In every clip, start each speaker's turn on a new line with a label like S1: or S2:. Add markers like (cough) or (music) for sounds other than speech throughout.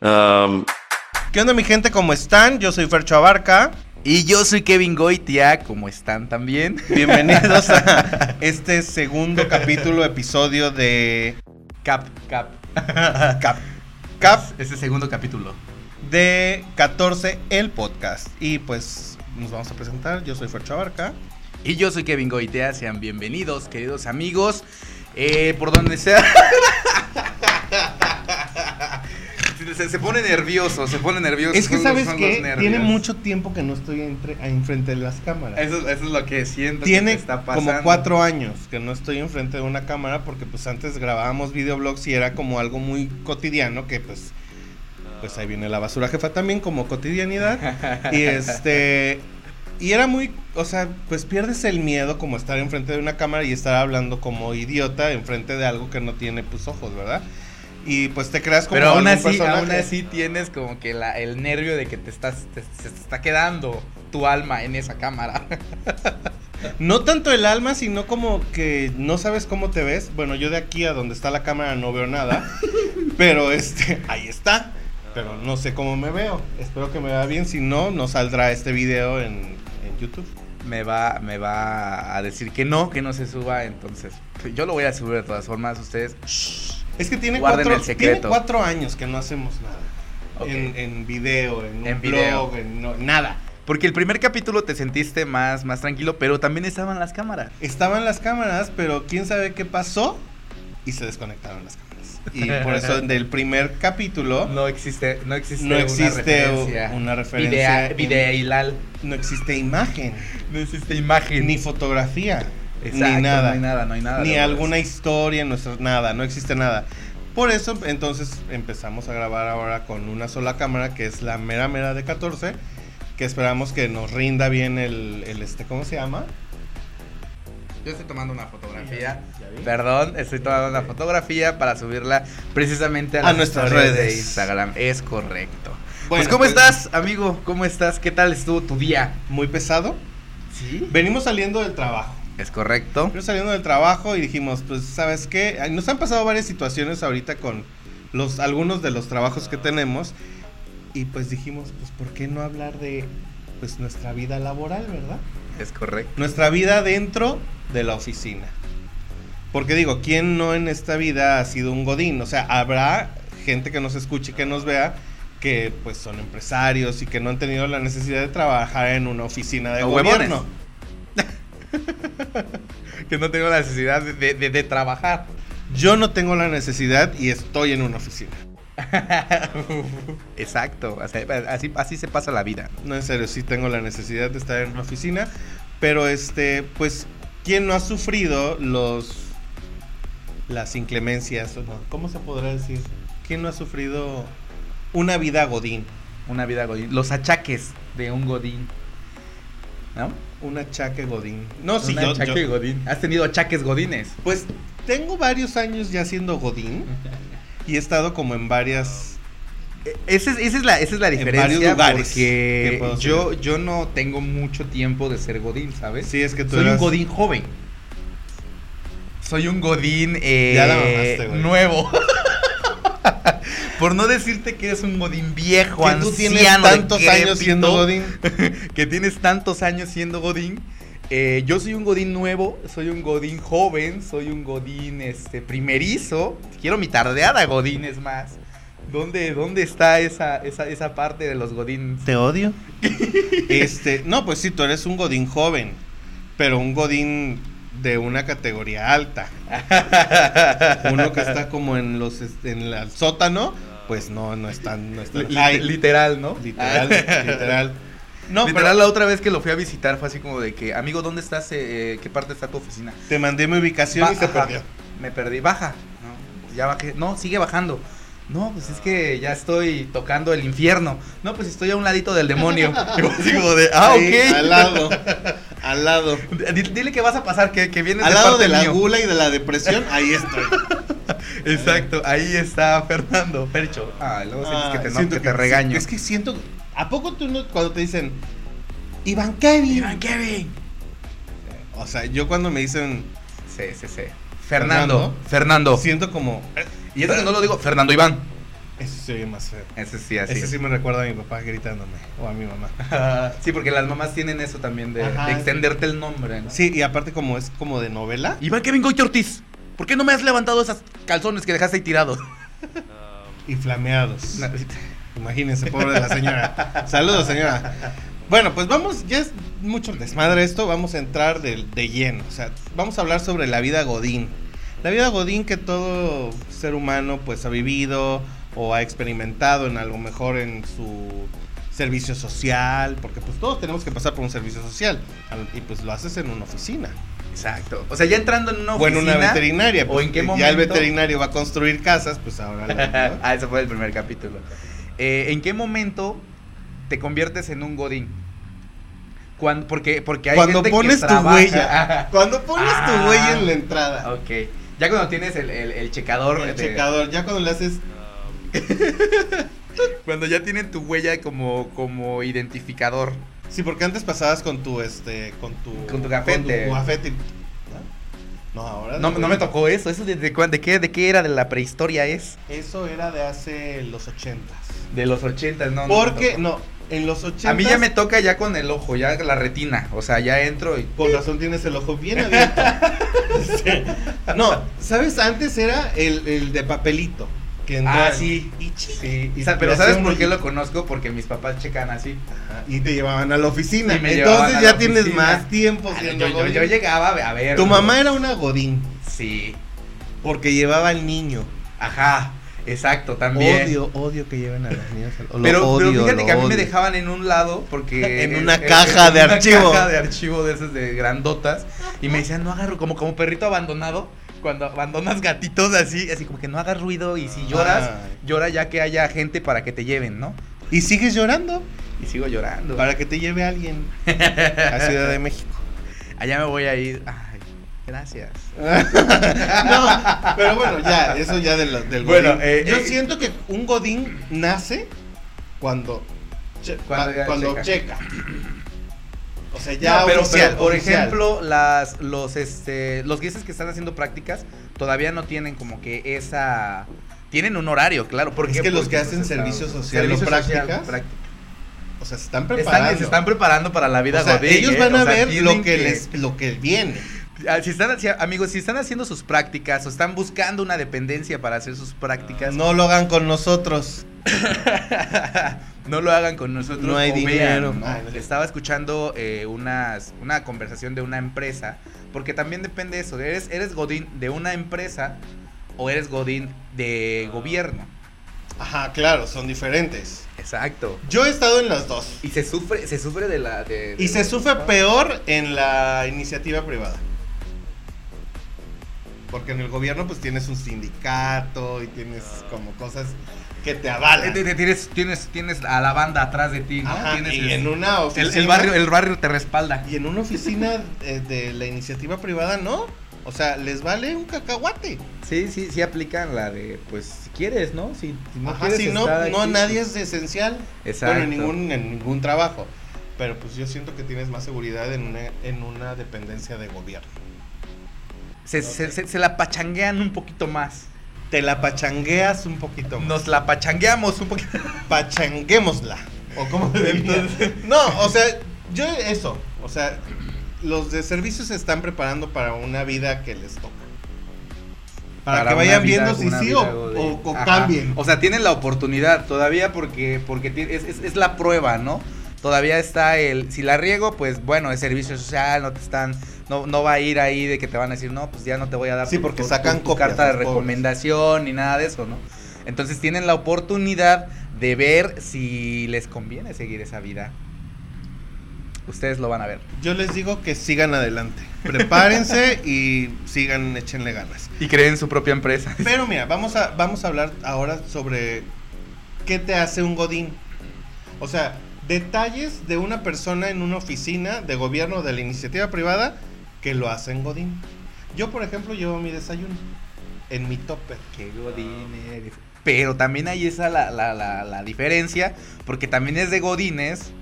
S1: Um,
S2: ¿Qué onda mi gente? ¿Cómo están? Yo soy Fercho Abarca.
S3: Y yo soy Kevin Goitia, ¿cómo están
S2: (laughs)
S3: también?
S2: Bienvenidos
S3: (laughs)
S2: a este segundo capítulo, episodio de
S3: Cap, Cap,
S2: Cap, Cap
S3: ese segundo capítulo.
S2: de 14, el podcast. Y pues nos vamos a presentar. Yo soy Fercho Abarca.
S3: Y yo soy Kevin Goitia, sean bienvenidos, queridos amigos. Eh, por donde sea. (laughs) Se, se pone nervioso, se pone nervioso.
S2: Es que
S3: son los-
S2: sabes
S3: son los
S2: que
S3: nervios.
S2: tiene mucho tiempo que no estoy entre, enfrente de las cámaras.
S3: Eso, eso es lo que siento. que
S2: Tiene
S3: te está
S2: como
S3: pasando.
S2: cuatro años que no estoy enfrente de una cámara porque pues antes grabábamos videoblogs y era como algo muy cotidiano que pues pues ahí viene la basura jefa también como cotidianidad y este y era muy o sea pues pierdes el miedo como estar enfrente de una cámara y estar hablando como idiota enfrente de algo que no tiene pues ojos verdad y pues te creas como
S3: Pero aún
S2: algún
S3: así, aún
S2: personaje.
S3: así tienes como que la- el nervio de que te estás, te- se te está quedando tu alma en esa cámara. (laughs)
S2: No tanto el alma, sino como que no sabes cómo te ves. Bueno, yo de aquí a donde está la cámara no veo nada.
S3: (laughs)
S2: pero este, ahí está. Pero no sé cómo me veo. Espero que me vea bien. Si no, no saldrá este video en, en YouTube.
S3: me va, me va a decir que no, que no se suba, entonces pues, yo lo voy a subir de todas formas, ustedes.
S2: Es que tiene,
S3: Guarden
S2: cuatro,
S3: el secreto.
S2: tiene cuatro años que no hacemos nada.
S3: Ok.
S2: En, en video, en un
S3: En video.
S2: blog, en no- nada.
S3: Porque el primer capítulo te sentiste más, más tranquilo, pero también estaban las cámaras.
S2: Estaban las cámaras, pero quién sabe qué pasó. Y se desconectaron las cámaras. Y por
S3: (laughs)
S2: eso del primer capítulo.
S3: No existe, no existe,
S2: no existe u- una referencia.
S3: Video, video hilal.
S2: No existe imagen,
S3: No existe imagen.
S2: ni fotografía,
S3: Exacto,
S2: ni nada,
S3: No hay nada, no hay nada.
S2: ni
S3: de
S2: alguna
S3: verdad.
S2: historia, no es- nada, no existe nada. Por eso entonces empezamos a grabar ahora con una sola cámara que es la mera mera de 14, que esperamos que nos rinda bien el, el este, ¿cómo se llama?
S3: Yo estoy tomando una fotografía.
S2: Ya vi.
S3: Perdón, estoy tomando una fotografía para subirla precisamente a,
S2: A
S3: las
S2: nuestras
S3: historias
S2: redes.
S3: de Instagram. Es correcto.
S2: Bueno,
S3: pues, ¿cómo
S2: pues-
S3: estás, amigo? ¿Cómo estás? ¿Qué tal estuvo tu día?
S2: Muy pesado.
S3: Sí.
S2: Venimos saliendo del trabajo.
S3: Es correcto.
S2: Pero saliendo del trabajo y dijimos, pues, ¿sabes qué? Ay, Nos han pasado varias situaciones ahorita con los algunos de los trabajos que tenemos y pues dijimos, pues, ¿por qué no hablar de pues nuestra vida laboral, verdad?
S3: Es correcto.
S2: Nuestra vida dentro de la oficina. Porque digo, ¿quién no en esta vida ha sido un godín? O sea, habrá gente que nos escuche y que nos vea que pues son empresarios y que no han tenido la necesidad de trabajar en una oficina de
S3: O
S2: gobierno.
S3: huevones. Que no tengo la necesidad de, de- de- de trabajar. (laughs)
S2: Yo no tengo la necesidad y estoy en una oficina.
S3: Exacto. o sea, Así, así se pasa la vida.
S2: No, en serio, sí tengo la necesidad de estar en una oficina. Pero este, pues, ¿quién no ha sufrido los. las inclemencias? o no? ¿Cómo se podrá decir? ¿Quién no ha sufrido una vida godín?
S3: Una vida godín. Los achaques de un godín. ¿No?
S2: Un achaque godín. No, sí,
S3: Un
S2: yo,
S3: achaque
S2: yo-
S3: godín. Has tenido achaques godines.
S2: Pues tengo varios años ya siendo godín. Y he estado como en varias.
S3: E- Esa es, esa es la, esa es la
S2: En
S3: diferencia.
S2: varios lugares que
S3: porque
S2: puedo
S3: yo, yo no tengo mucho tiempo de ser godín, ¿sabes?
S2: Sí, es que tú
S3: Soy un
S2: eras-
S3: godín joven. Soy un godín eh,
S2: Ya la mamaste, güey.
S3: nuevo. (laughs) Por no decirte que eres un godín viejo,
S2: que
S3: anciano,
S2: tú tienes tantos
S3: decrépito,
S2: años siendo godín.
S3: que tienes tantos años siendo godín. Eh, yo soy un godín nuevo, soy un godín joven, soy un godín este primerizo. Quiero mi tardeada godín es más. ¿Dónde, dónde está esa, esa, esa parte de los godín?
S2: Te odio. Este, no, pues sí, tú eres un godín joven, pero un godín de una categoría alta. Uno que está como en los este, en la- el sótano, pues no no están no
S3: Li-
S2: están
S3: li-
S2: high.
S3: literal, ¿no?
S2: literal, literal. No,
S3: No, literal,
S2: pero
S3: la otra vez que lo fui a visitar fue así como de que, amigo, ¿dónde estás? Eh, eh, ¿Qué parte está tu oficina?
S2: te mandé mi ubicación
S3: Ba-
S2: y se
S3: ajá,
S2: perdió.
S3: Me perdí, baja. No, pues ya bajé. No, sigue bajando. No, pues es que ya estoy tocando el infierno. No, pues estoy a un ladito
S2: (laughs)
S3: del demonio. Y yo así como de, ah,
S2: Ahí,
S3: ok.
S2: Al lado. Al lado.
S3: D- Dile, que vas a pasar, que, que vienes
S2: Al lado
S3: parte
S2: de la
S3: mío.
S2: gula y de la depresión, ahí
S3: (laughs)
S2: estoy.
S3: Exacto, ahí está Fernando. Percho. Ah, luego sientes
S2: Ah,
S3: que te, no,
S2: siento
S3: que te regaño.
S2: Es que siento. ¿A poco tú no, cuando te dicen Iván Kevin?
S3: Iván Kevin.
S2: O sea, yo cuando me dicen.
S3: Sí, sí, sí. Fernando. Fernando.
S2: Siento como.
S3: Y eso que no lo digo, Fernando Iván.
S2: Ese se oye más feo.
S3: Ese Ah, sí, así.
S2: Ese sí me recuerda a mi papá gritándome o a mi mamá.
S3: Ah, (laughs) sí, porque las mamás tienen eso también de,
S2: Ajá,
S3: de
S2: sí.
S3: extenderte el nombre, ¿no?
S2: Sí, y aparte como es como de novela.
S3: Iván Kevin Goite Ortiz, ¿por qué no me has levantado esas calzones que dejaste ahí tirados?
S2: Y flameados. Imagínense, pobre de la señora. Saludos, señora. Bueno, pues vamos, ya es mucho el desmadre esto, vamos a entrar de, de lleno. O sea, vamos a hablar sobre la vida Godín. La vida Godín que todo ser humano pues ha vivido o ha experimentado en a lo mejor en su servicio social, porque pues todos tenemos que pasar por un servicio social al- y pues lo haces en una oficina.
S3: (laughs) Exacto. O sea, ya entrando en una pues,
S2: o en
S3: oficina.
S2: una veterinaria.
S3: o en qué
S2: porque Ya el
S3: momento.
S2: veterinario va a construir casas, pues ahora... la- ¿no?
S3: (laughs) ah, ese fue el primer capítulo. Eh, ¿En qué momento te conviertes en un godín? Cuando, porque, porque hay
S2: Cuando
S3: gente que
S2: pones tu
S3: trabaja-
S2: huella. (laughs) Cuando pones
S3: Ah.
S2: tu huella en la entrada.
S3: (laughs) ok. Ya cuando tienes el, el- el checador.
S2: El
S3: de-
S2: checador, ya cuando le haces.
S3: Cuando ya tienen tu huella como, como identificador.
S2: Sí, porque antes pasabas con tu este. con tu.
S3: Con tu gafete.
S2: Con tu gafete. ¿no? No, ahora.
S3: No,
S2: después-
S3: no me tocó eso. ¿Eso desde cuándo? ¿De qué, ¿De qué era? ¿De la prehistoria es?
S2: Eso era de hace los ochentas.
S3: De los 80, no. no me
S2: porque,
S3: tocó.
S2: no, en los ochentas.
S3: A mí ya me toca ya con el ojo, ya la retina. O sea, ya entro y.
S2: Con razón tienes el ojo bien
S3: (laughs)
S2: abierto. Sí. No, ¿sabes? Antes era el, el de papelito. Que entra-
S3: Ah, sí.
S2: Y chi-
S3: Sí.
S2: y
S3: Sa-
S2: te
S3: pero
S2: hacía
S3: ¿sabes
S2: un
S3: por qué
S2: hoyito.
S3: lo conozco? Porque mis papás checan así.
S2: Ajá, Y te llevaban a la oficina.
S3: Y me llevaban a
S2: Entonces ya
S3: la
S2: tienes
S3: oficina.
S2: más tiempo.
S3: Ah,
S2: siendo
S3: Yo, yo-
S2: godín.
S3: yo llegaba a ver.
S2: Tu
S3: ¿no?
S2: mamá era una godín.
S3: Sí.
S2: Porque llevaba al niño.
S3: Ajá. Exacto, también.
S2: Odio, odio que lleven a los niños. al- lo
S3: Pero, pero
S2: odio,
S3: fíjate
S2: lo
S3: que a mí me
S2: odio.
S3: dejaban en un lado porque...
S2: (laughs)
S3: eh,
S2: En una caja de archivo.
S3: Una caja de archivo de esas de grandotas. Y me decían, no hagas ruido, como, como perrito abandonado. Cuando abandonas gatitos así, así como que no hagas ruido y si lloras,
S2: Ay.
S3: llora ya que haya gente para que te lleven, ¿no?
S2: Y sigues llorando
S3: Y sigo llorando.
S2: para que te lleve alguien (laughs) a Ciudad de México.
S3: Allá me voy a ir. Ay, gracias.
S2: no, pero bueno, ya, eso ya de la- del
S3: Bueno,
S2: godín.
S3: eh,
S2: Yo
S3: eh,
S2: siento que un godín nace cuando che-
S3: Cuando
S2: pa-
S3: ya
S2: cuando checa.
S3: checa.
S2: O sea, ya
S3: No, pero,
S2: oficial,
S3: pero, por
S2: oficial.
S3: ejemplo, las, los, este, los guías que están haciendo prácticas todavía no tienen como que esa... Tienen un horario, claro. Porque
S2: Es que los
S3: Porque,
S2: que hacen
S3: pues, está-
S2: servicio social o
S3: social,
S2: prácticas, o sea, se están preparando.
S3: Están, se están preparando para la vida
S2: O sea,
S3: godín,
S2: ellos
S3: ¿eh?
S2: van
S3: O
S2: a
S3: sea,
S2: ver
S3: tienen
S2: lo que les lo que viene.
S3: Ah, Si están, si- amigos, si están haciendo sus prácticas o están buscando una dependencia para hacer sus prácticas,
S2: No lo hagan con nosotros.
S3: no lo hagan con nosotros.
S2: No hay
S3: o
S2: dinero.
S3: Ah, ¿no?
S2: Ay, no.
S3: Estaba escuchando eh, unas, una conversación de una empresa, porque también depende de eso. ¿Eres, ¿Eres Godín de una empresa o eres Godín de gobierno?
S2: Ajá, claro, son diferentes.
S3: Exacto.
S2: Yo he estado en las dos.
S3: Y se sufre, se sufre de la... de- de-
S2: Y se sufre peor en la iniciativa privada. Porque en el gobierno pues tienes un sindicato y tienes como cosas que te
S3: Te-
S2: avalan.
S3: te- Ah. Tienes, tienes, tienes a la banda atrás de ti, ¿no?
S2: Ajá,
S3: Tienes
S2: y
S3: el-
S2: en una
S3: el,
S2: oficina.
S3: el barrio, el barrio te respalda.
S2: Y en una oficina eh, de la iniciativa privada, ¿no? O sea, les vale un cacahuate.
S3: Sí, sí, sí aplican la de, pues, si quieres, ¿no? Si, si no
S2: Ajá,
S3: quieres
S2: si no,
S3: estar
S2: no
S3: aquí,
S2: nadie
S3: pues-
S2: es esencial.
S3: Exacto.
S2: Bueno, en ningún, en ningún trabajo. Pero pues yo siento que tienes más seguridad en una, en una dependencia de gobierno.
S3: Se, se, se- se la pachanguean un poquito más.
S2: Te la pachangueas un poquito más.
S3: Nos la pachangueamos un poquito.
S2: pachanguémosla. O como se diría.
S3: Entonces-
S2: No, o sea, yo eso. O sea, los de servicio se están preparando para una vida que les toca. Para, que
S3: una
S2: vayan
S3: vida-
S2: viendo si
S3: una
S2: sí
S3: vida
S2: o,
S3: de-
S2: o- o
S3: Ajá.
S2: cambien.
S3: O sea, tienen la oportunidad todavía porque, porque ti- es, es- es la prueba, ¿no? Todavía está el, si la riego, pues bueno, es servicio social, no te están, no, no va a ir ahí de que te van a decir, no, pues ya no te voy a dar
S2: Sí, porque sacan copias,
S3: carta de
S2: los pobres.
S3: recomendación ni nada de eso, ¿no? Entonces tienen la oportunidad de ver si les conviene seguir esa vida. Ustedes lo van a ver.
S2: Yo les digo que sigan adelante. Prepárense y sigan, échenle ganas.
S3: Y creen su propia empresa.
S2: Pero mira, vamos a, vamos a hablar ahora sobre qué te hace un godín. O sea, detalles de una persona en una oficina de gobierno o de la iniciativa privada que lo hacen godín. Yo, por ejemplo, llevo mi desayuno en mi topper.
S3: Qué godín eres. Pero también ahí está la, la, la, la diferencia, porque también es de godines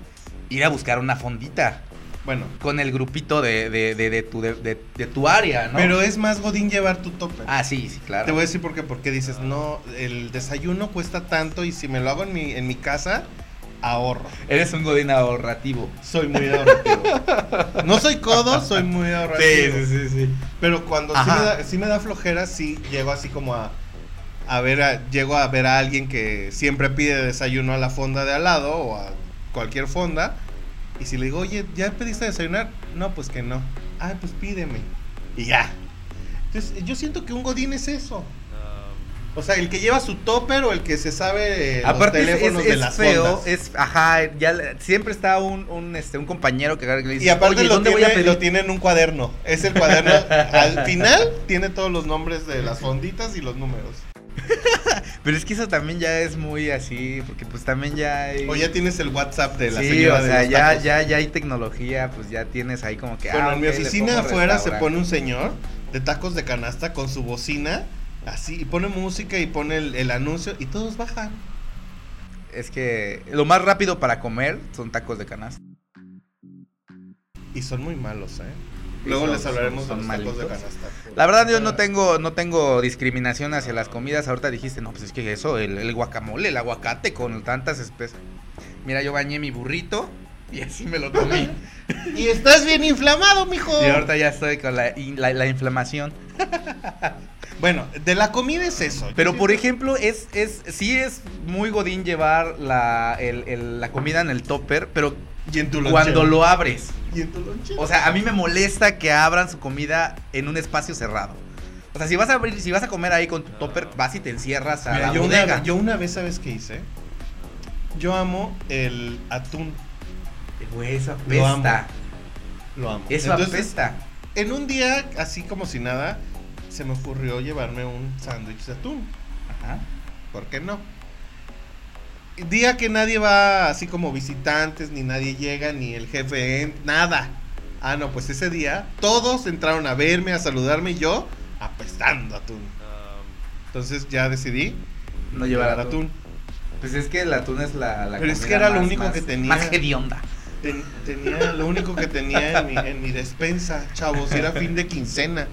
S3: ir a buscar una fondita.
S2: Bueno.
S3: con el grupito de, de, de, de tu, de, de- de tu área, ¿no?
S2: Pero es más Godín llevar tu tope.
S3: Ah, sí, sí, claro. Ah.
S2: Te voy a decir por qué, porque dices, no, el desayuno cuesta tanto y si me lo hago en mi, en mi casa, ahorro.
S3: Eres un godín ahorrativo.
S2: Soy muy ahorrativo. No soy codo, soy muy ahorrativo.
S3: (laughs) sí, sí.
S2: Pero cuando sí
S3: Ajá.
S2: me, da, sí me da flojera, sí llego así como a, a ver a, llego a ver a alguien que siempre pide desayuno a la fonda de al lado o a cualquier fonda. Y si le digo, oye, ¿ya pediste desayunar? No, pues que no. Ah, pues pídeme. Y ya. Entonces, yo siento que un godín es eso. O sea, el que lleva su topper o el que se sabe eh,
S3: Aparte
S2: los
S3: es,
S2: teléfonos
S3: es-
S2: de
S3: es
S2: las
S3: feo,
S2: fondas.
S3: es, ajá, ya le- siempre está un, un, este, un compañero que agarra y le dice,
S2: Y aparte
S3: "Oye,
S2: lo,
S3: ¿dónde
S2: tiene,
S3: voy a pedir?
S2: lo tiene en un cuaderno. Es el
S3: (laughs)
S2: cuaderno. al final tiene todos los nombres de las fonditas y los números.
S3: Pero es que eso también ya es muy así, porque pues también ya hay...
S2: O ya tienes el WhatsApp de la
S3: sí,
S2: señora
S3: o
S2: de
S3: sea,
S2: los
S3: ya,
S2: tacos.
S3: ya, ya hay tecnología, pues ya tienes ahí como que...
S2: Bueno,
S3: ah,
S2: en mi
S3: ok, le
S2: oficina
S3: pongo
S2: afuera se
S3: restaurante.
S2: pone un señor de tacos de canasta con su bocina. Así, y pone música y pone el, el anuncio y todos bajan.
S3: Es que lo más rápido para comer son tacos de canasta.
S2: Y son muy malos, ¿eh? Luego
S3: son-
S2: les hablaremos
S3: son-
S2: de los
S3: son
S2: tacos de
S3: malitos.
S2: canasta. Ah.
S3: La verdad yo no tengo, no tengo discriminación hacia las comidas. Ahorita dijiste, no, pues es que eso, el, el guacamole, el aguacate con tantas especias. Mira, yo bañé mi burrito y así me lo comí.
S2: Y estás bien inflamado, mijo.
S3: y ahorita ya estoy con la, in- la- la inflamación.
S2: Bueno, de la comida es eso. Yo
S3: Pero
S2: siento-
S3: por ejemplo, es, es, sí es muy godín llevar la, el- el- la comida en el topper, pero
S2: Y en tu
S3: cuando
S2: lonchera.
S3: lo abres.
S2: Y en tu lonchera.
S3: O sea, a mí me molesta que abran su comida en un espacio cerrado. O sea, si vas a abrir, si vas a comer ahí con tu topper, vas y te encierras a
S2: Mira,
S3: la
S2: yo,
S3: bodega.
S2: una, yo una vez, ¿sabes qué hice? Yo amo el atún.
S3: Güey, eso
S2: Lo amo.
S3: apesta.
S2: Lo amo.
S3: Eso
S2: Entonces,
S3: apesta.
S2: En un día, así como si nada, se me ocurrió llevarme un sándwich de atún.
S3: Ajá.
S2: ¿Por qué no? Día que nadie va así como visitantes, ni nadie llega, ni el jefe, en- nada. Ah, no, pues ese día todos entraron a verme, a saludarme y yo apestando atún. Entonces ya decidí
S3: No
S2: llevar
S3: llevar atún.
S2: atún.
S3: Pues es que el atún es la, la
S2: Pero es
S3: comida
S2: que era lo
S3: más-
S2: único
S3: más-
S2: que tenía.
S3: Más hedionda.
S2: Ten- tenía lo único que tenía en mi, en mi despensa, chavos, era fin de quincena.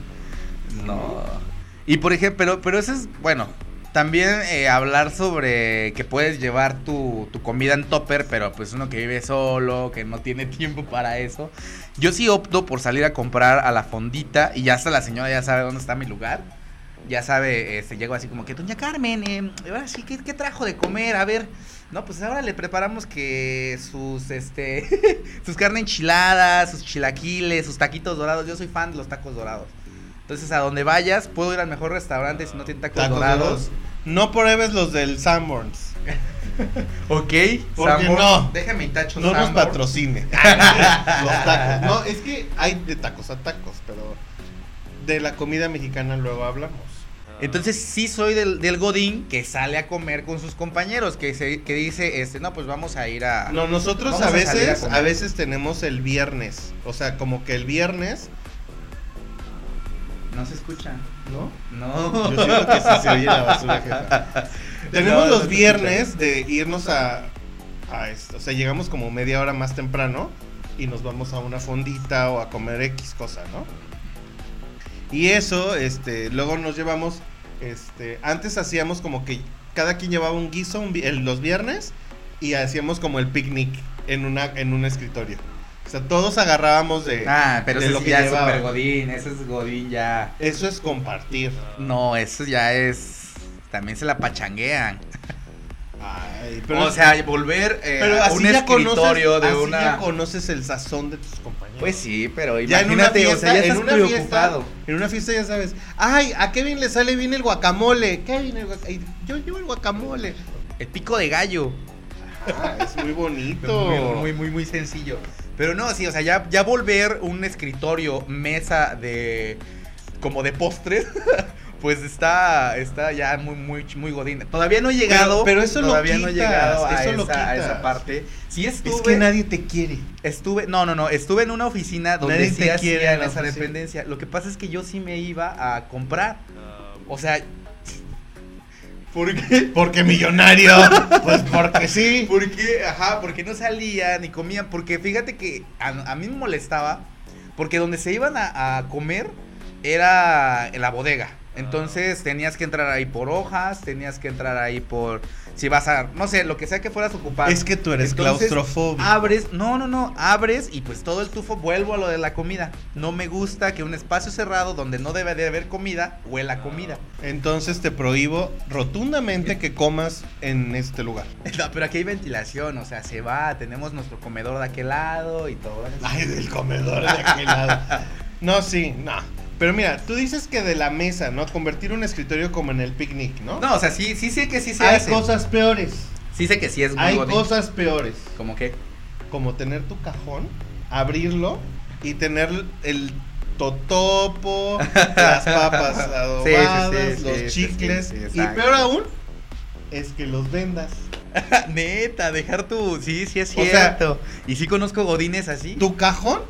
S3: No. Y por ejemplo, pero, pero eso es, bueno, también eh, hablar sobre que puedes llevar tu, tu comida en topper, pero pues uno que vive solo, que no tiene (laughs) tiempo para eso. Yo sí opto por salir a comprar a la fondita y ya hasta la señora ya sabe dónde está mi lugar. Ya sabe, este, llego así como que, doña Carmen, eh, ahora sí, ¿qué, qué trajo de comer? A ver, no, pues ahora le preparamos que sus, este, (laughs) sus carne enchiladas, sus chilaquiles, sus taquitos dorados. Yo soy fan de los tacos dorados. Entonces, a donde vayas, puedo ir al mejor restaurante si no tiene tacos,
S2: Tacos
S3: dorados.
S2: dorados. No pruebes los del Sanborns.
S3: Ok,
S2: Porque
S3: Sanborns.
S2: no.
S3: Déjame mi tacho
S2: No nos
S3: Sanborns.
S2: patrocine.
S3: Ah,
S2: Los tacos. No, es que hay de tacos a tacos, pero de la comida mexicana luego hablamos.
S3: Entonces sí soy del, del godín que sale a comer con sus compañeros, que, se, que dice, este, no, pues vamos a ir a...
S2: No, nosotros
S3: Vamos
S2: a
S3: a salir a
S2: veces,
S3: comer.
S2: a veces tenemos el viernes. O sea, como que el viernes,
S3: No se escucha.
S2: ¿no?
S3: No.
S2: Yo siento que sí se oye la basura, (laughs) jefa. Tenemos
S3: No, no
S2: los
S3: te
S2: viernes de irnos a, a esto. O sea, llegamos como media hora más temprano y nos vamos a una fondita o a comer X cosa, ¿no? Y eso, este, luego nos llevamos, este, antes hacíamos como que cada quien llevaba un guiso un vi- el- los viernes y hacíamos como el picnic en, una, en un escritorio. O sea, todos agarrábamos de...
S3: Ah, pero
S2: De
S3: eso
S2: lo
S3: sí
S2: que
S3: ya es
S2: llevaba.
S3: super godín, ese es godín ya...
S2: Eso es compartir.
S3: No, eso ya es... También se la pachanguean.
S2: Ay, pero
S3: o
S2: es-
S3: sea, volver eh,
S2: Pero
S3: a
S2: así
S3: un
S2: ya
S3: escritorio
S2: conoces,
S3: de
S2: así
S3: una...
S2: ya conoces el sazón de tus compañeros.
S3: Pues sí, pero
S2: Ya en una
S3: imagínate,
S2: fiesta,
S3: o sea, ya
S2: en
S3: estás
S2: una
S3: preocupado.
S2: fiesta, en una fiesta ya sabes, ay, a Kevin le sale bien el guacamole. Kevin, el guaca- ay, yo llevo el guacamole.
S3: El pico de gallo.
S2: Ah, es muy bonito.
S3: Muy, muy, muy, muy sencillo. Pero no, sí, o sea, ya, ya volver un escritorio, mesa de. como de postres. (laughs) Pues está, está ya muy, muy, muy godín. Todavía no he llegado.
S2: pero eso lo
S3: todavía no he
S2: quitas,
S3: llegado a,
S2: eso lo
S3: esa, a esa
S2: quitas.
S3: parte. Sí estuve,
S2: es que nadie te quiere.
S3: estuve, no, no, no, estuve en una oficina donde
S2: Nadie
S3: sí
S2: te quiere en
S3: hacían
S2: la
S3: esa
S2: oficina.
S3: dependencia. Lo que pasa es que yo sí me iba a comprar. O sea, (laughs) ¿Por qué?
S2: Porque millonario.
S3: (laughs)
S2: pues porque sí.
S3: Porque, ajá, porque no salían ni comían. Porque fíjate que a, a mí me molestaba. Porque donde se iban a, a comer era en la bodega.
S2: Ah.
S3: Entonces tenías que entrar ahí por hojas, tenías que entrar ahí por. Si vas a. No sé, lo que sea que fueras a ocupar.
S2: Es que tú eres
S3: Entonces,
S2: claustrofóbico.
S3: Abres, no, no, no, abres y pues todo el tufo vuelvo a lo de la comida. No me gusta que un espacio cerrado donde no debe de haber comida huela
S2: Ah,
S3: a comida.
S2: Entonces te prohíbo rotundamente que comas en este lugar.
S3: (laughs) No, pero aquí hay ventilación, o sea, se va, tenemos nuestro comedor de aquel lado y todo. eso.
S2: Ay, del comedor de aquel lado. No, sí, no. Pero mira, tú dices que de la mesa, ¿no? Convertir un escritorio como en el picnic, ¿no?
S3: No, o sea, sí, sí sé que sí se
S2: Hay
S3: hace.
S2: cosas peores.
S3: Sí sé que sí es muy
S2: Hay
S3: godín.
S2: cosas peores.
S3: Como que.
S2: Como tener tu cajón, abrirlo y tener el totopo, las papas
S3: (laughs) Sí, sí, sí,
S2: adobadas,
S3: sí,
S2: los
S3: sí, sí,
S2: chicles.
S3: sí,
S2: y
S3: exacto.
S2: peor aún, es que los vendas.
S3: "Ah, Neta, dejar tu. Sí, sí es
S2: O sea,
S3: cierto. y sí conozco godines así.
S2: Tu cajón,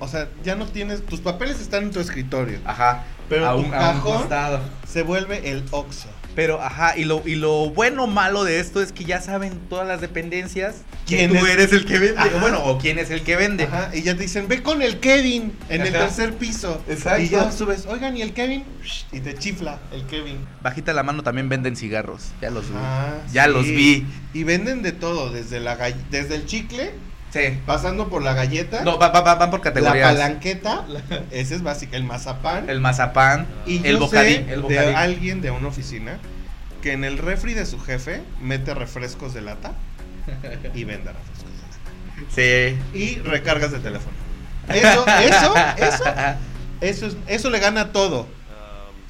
S2: o sea, ya no tienes. Tus papeles están en tu escritorio.
S3: Ajá.
S2: Pero
S3: a
S2: tu
S3: un, a un
S2: cajón-
S3: costado.
S2: Se vuelve el Oxxo.
S3: Pero, ajá, y lo, y lo bueno o malo de esto es que ya saben todas las dependencias
S2: ¿Quién
S3: quién tú
S2: es?
S3: eres el que vende.
S2: Ajá.
S3: O bueno, o quién es el que vende.
S2: Ajá, y ya te dicen, ve con el Kevin en el
S3: Ajá.
S2: tercer piso.
S3: Exacto.
S2: Y ya subes, oigan, ¿y el Kevin? Y te chifla el Kevin.
S3: Bajita la mano también venden cigarros. Ya los vi.
S2: Ah,
S3: ya
S2: sí.
S3: los vi.
S2: Y venden de todo, desde, la gall- desde el chicle,
S3: Sí.
S2: pasando por la galleta,
S3: No, va- va- va- van por
S2: la
S3: categorías.
S2: palanqueta, (laughs) ese es básico, el mazapán.
S3: el mazapán.
S2: y
S3: el
S2: yo
S3: bocadín,
S2: sé
S3: el
S2: de
S3: bocadín.
S2: alguien de una oficina que en el refri de su jefe mete refrescos de lata y vende refrescos de lata.
S3: Sí.
S2: Y recargas de teléfono. Eso, eso, eso Eso,
S3: (laughs)
S2: es- eso le gana todo.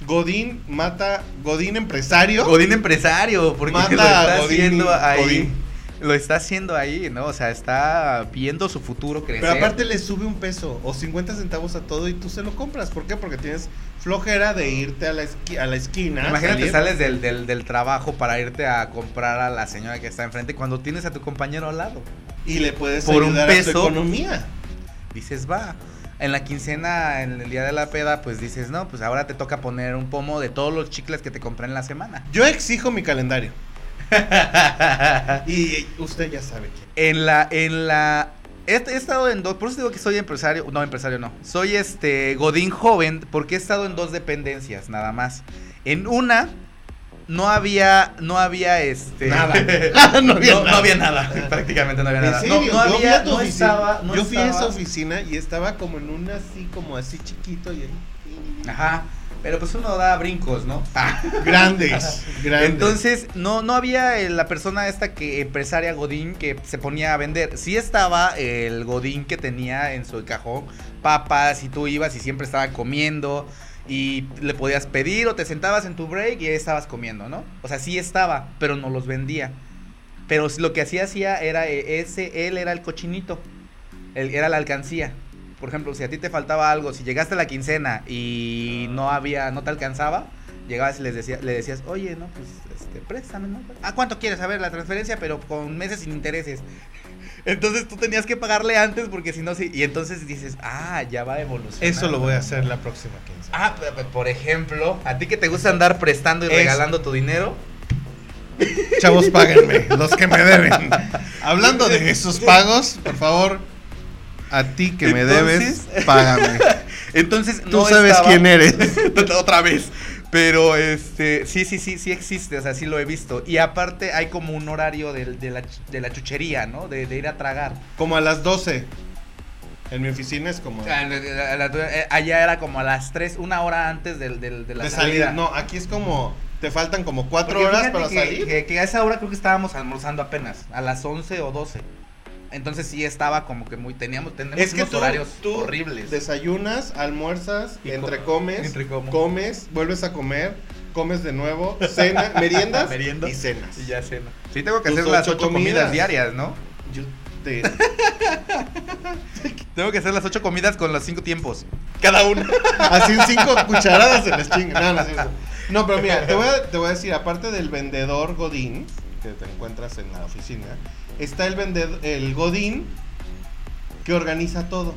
S2: Godín mata. Godín empresario.
S3: Godín empresario, porque
S2: Mata
S3: lo
S2: a
S3: está
S2: Godín,
S3: haciendo ahí.
S2: Godín.
S3: Lo está haciendo ahí, ¿no? O sea, está viendo su futuro crecer.
S2: pero aparte le sube un peso o 50 centavos a todo y tú se lo compras. ¿Por qué? Porque tienes flojera de irte a la, esqui- a la esquina.
S3: Imagínate,
S2: salir.
S3: sales del, del, del trabajo para irte a comprar a la señora que está enfrente cuando tienes a tu compañero al lado.
S2: Y le puedes
S3: por un
S2: ayudar a tu
S3: peso.
S2: economía.
S3: Dices, va. En la quincena, en el día de la peda, pues dices, no, pues ahora te toca poner un pomo de todos los chicles que te compré en la
S2: (laughs)
S3: semana.
S2: Yo exijo mi calendario. Y usted ya sabe quién.
S3: En la, en la. He, he estado en dos. Por eso digo que soy empresario. No, empresario no. Soy este. Godín joven. Porque he estado en dos dependencias, nada más. En una. No había. No había este.
S2: Nada.
S3: (laughs)
S2: (laughs)
S3: no, había
S2: No-
S3: nada. (laughs)
S2: no había
S3: Prácticamente no había
S2: En
S3: nada.
S2: serio,
S3: no, no
S2: yo fui
S3: había.
S2: a tu
S3: No
S2: oficina.
S3: estaba. No
S2: yo fui a esa
S3: estaba.
S2: oficina y estaba como en un así, como así chiquito y ahí.
S3: Ajá. Pero pues uno da brincos, ¿no? (laughs)
S2: Grandes, grandes.
S3: Entonces, no, no había eh, la persona esta que empresaria Godín que se ponía a vender. Sí estaba el Godín que tenía en su cajón papas y tú ibas y siempre estaba comiendo y le podías pedir o te sentabas en tu break y ahí estabas comiendo, ¿no? O sea, sí estaba, pero no los vendía. Pero s- lo que hacía hacía era eh, ese, él era el cochinito, él era la alcancía. Por ejemplo, si a ti te faltaba algo, si llegaste a la quincena y no había, no te alcanzaba, llegabas y les decía, le decías, oye, no, pues, este, préstame, ¿no? Ah, ¿cuánto quieres? A ver, la transferencia, pero con meses sin intereses. (laughs) Entonces tú tenías que pagarle antes porque si no, sí. Y entonces dices, ah, ya va a evolucionar.
S2: Eso lo voy a hacer la próxima quincena.
S3: Ah, pe- pe- por ejemplo, a ti que te gusta andar prestando y
S2: Es-
S3: regalando tu dinero.
S2: Chavos, páguenme, los que me deben. Hablando de esos pagos, por favor, a ti que me
S3: Entonces-
S2: debes,
S3: (laughs)
S2: págame.
S3: Entonces,
S2: Tú
S3: no
S2: sabes
S3: estaba-
S2: quién eres.
S3: (laughs) Otra vez. Pero este, sí, sí, sí, sí existe, o sea, sí lo he visto. Y aparte hay como un horario del- de, la, ch- de la chuchería, ¿no? De, de ir a tragar.
S2: Como a las 12. En mi oficina es como.
S3: O sea, la- la- la- la- Allá era como a las 3, una hora antes del- del- de la
S2: de
S3: salida.
S2: salida. No, aquí es como. Te faltan como
S3: Porque
S2: cuatro horas
S3: fíjate
S2: para
S3: que,
S2: salir.
S3: Que, que a esa hora creo que estábamos almorzando apenas, a las 11 o 12. Entonces sí estaba como que muy, teníamos, tenemos
S2: es que
S3: unos
S2: tú,
S3: horarios
S2: tú
S3: horribles.
S2: desayunas, almuerzas,
S3: Y
S2: entrecomes,
S3: entre como.
S2: comes, vuelves a comer, comes de nuevo, cena,
S3: (laughs)
S2: meriendas
S3: Meriendo.
S2: y cenas.
S3: Y ya cena. Sí tengo que
S2: Tus
S3: hacer las
S2: ocho
S3: 8 comidas
S2: comidas.
S3: diarias, ¿no?
S2: Yo (laughs) te-
S3: Tengo que hacer las ocho comidas con los cinco tiempos. Cada una.
S2: Así en cinco cucharadas se les chinga. No, no, es cierto. No, pero mira, te voy, a, te voy a decir, aparte del vendedor Godín, que te encuentras en la oficina, está el, vended- el Godín que organiza todo.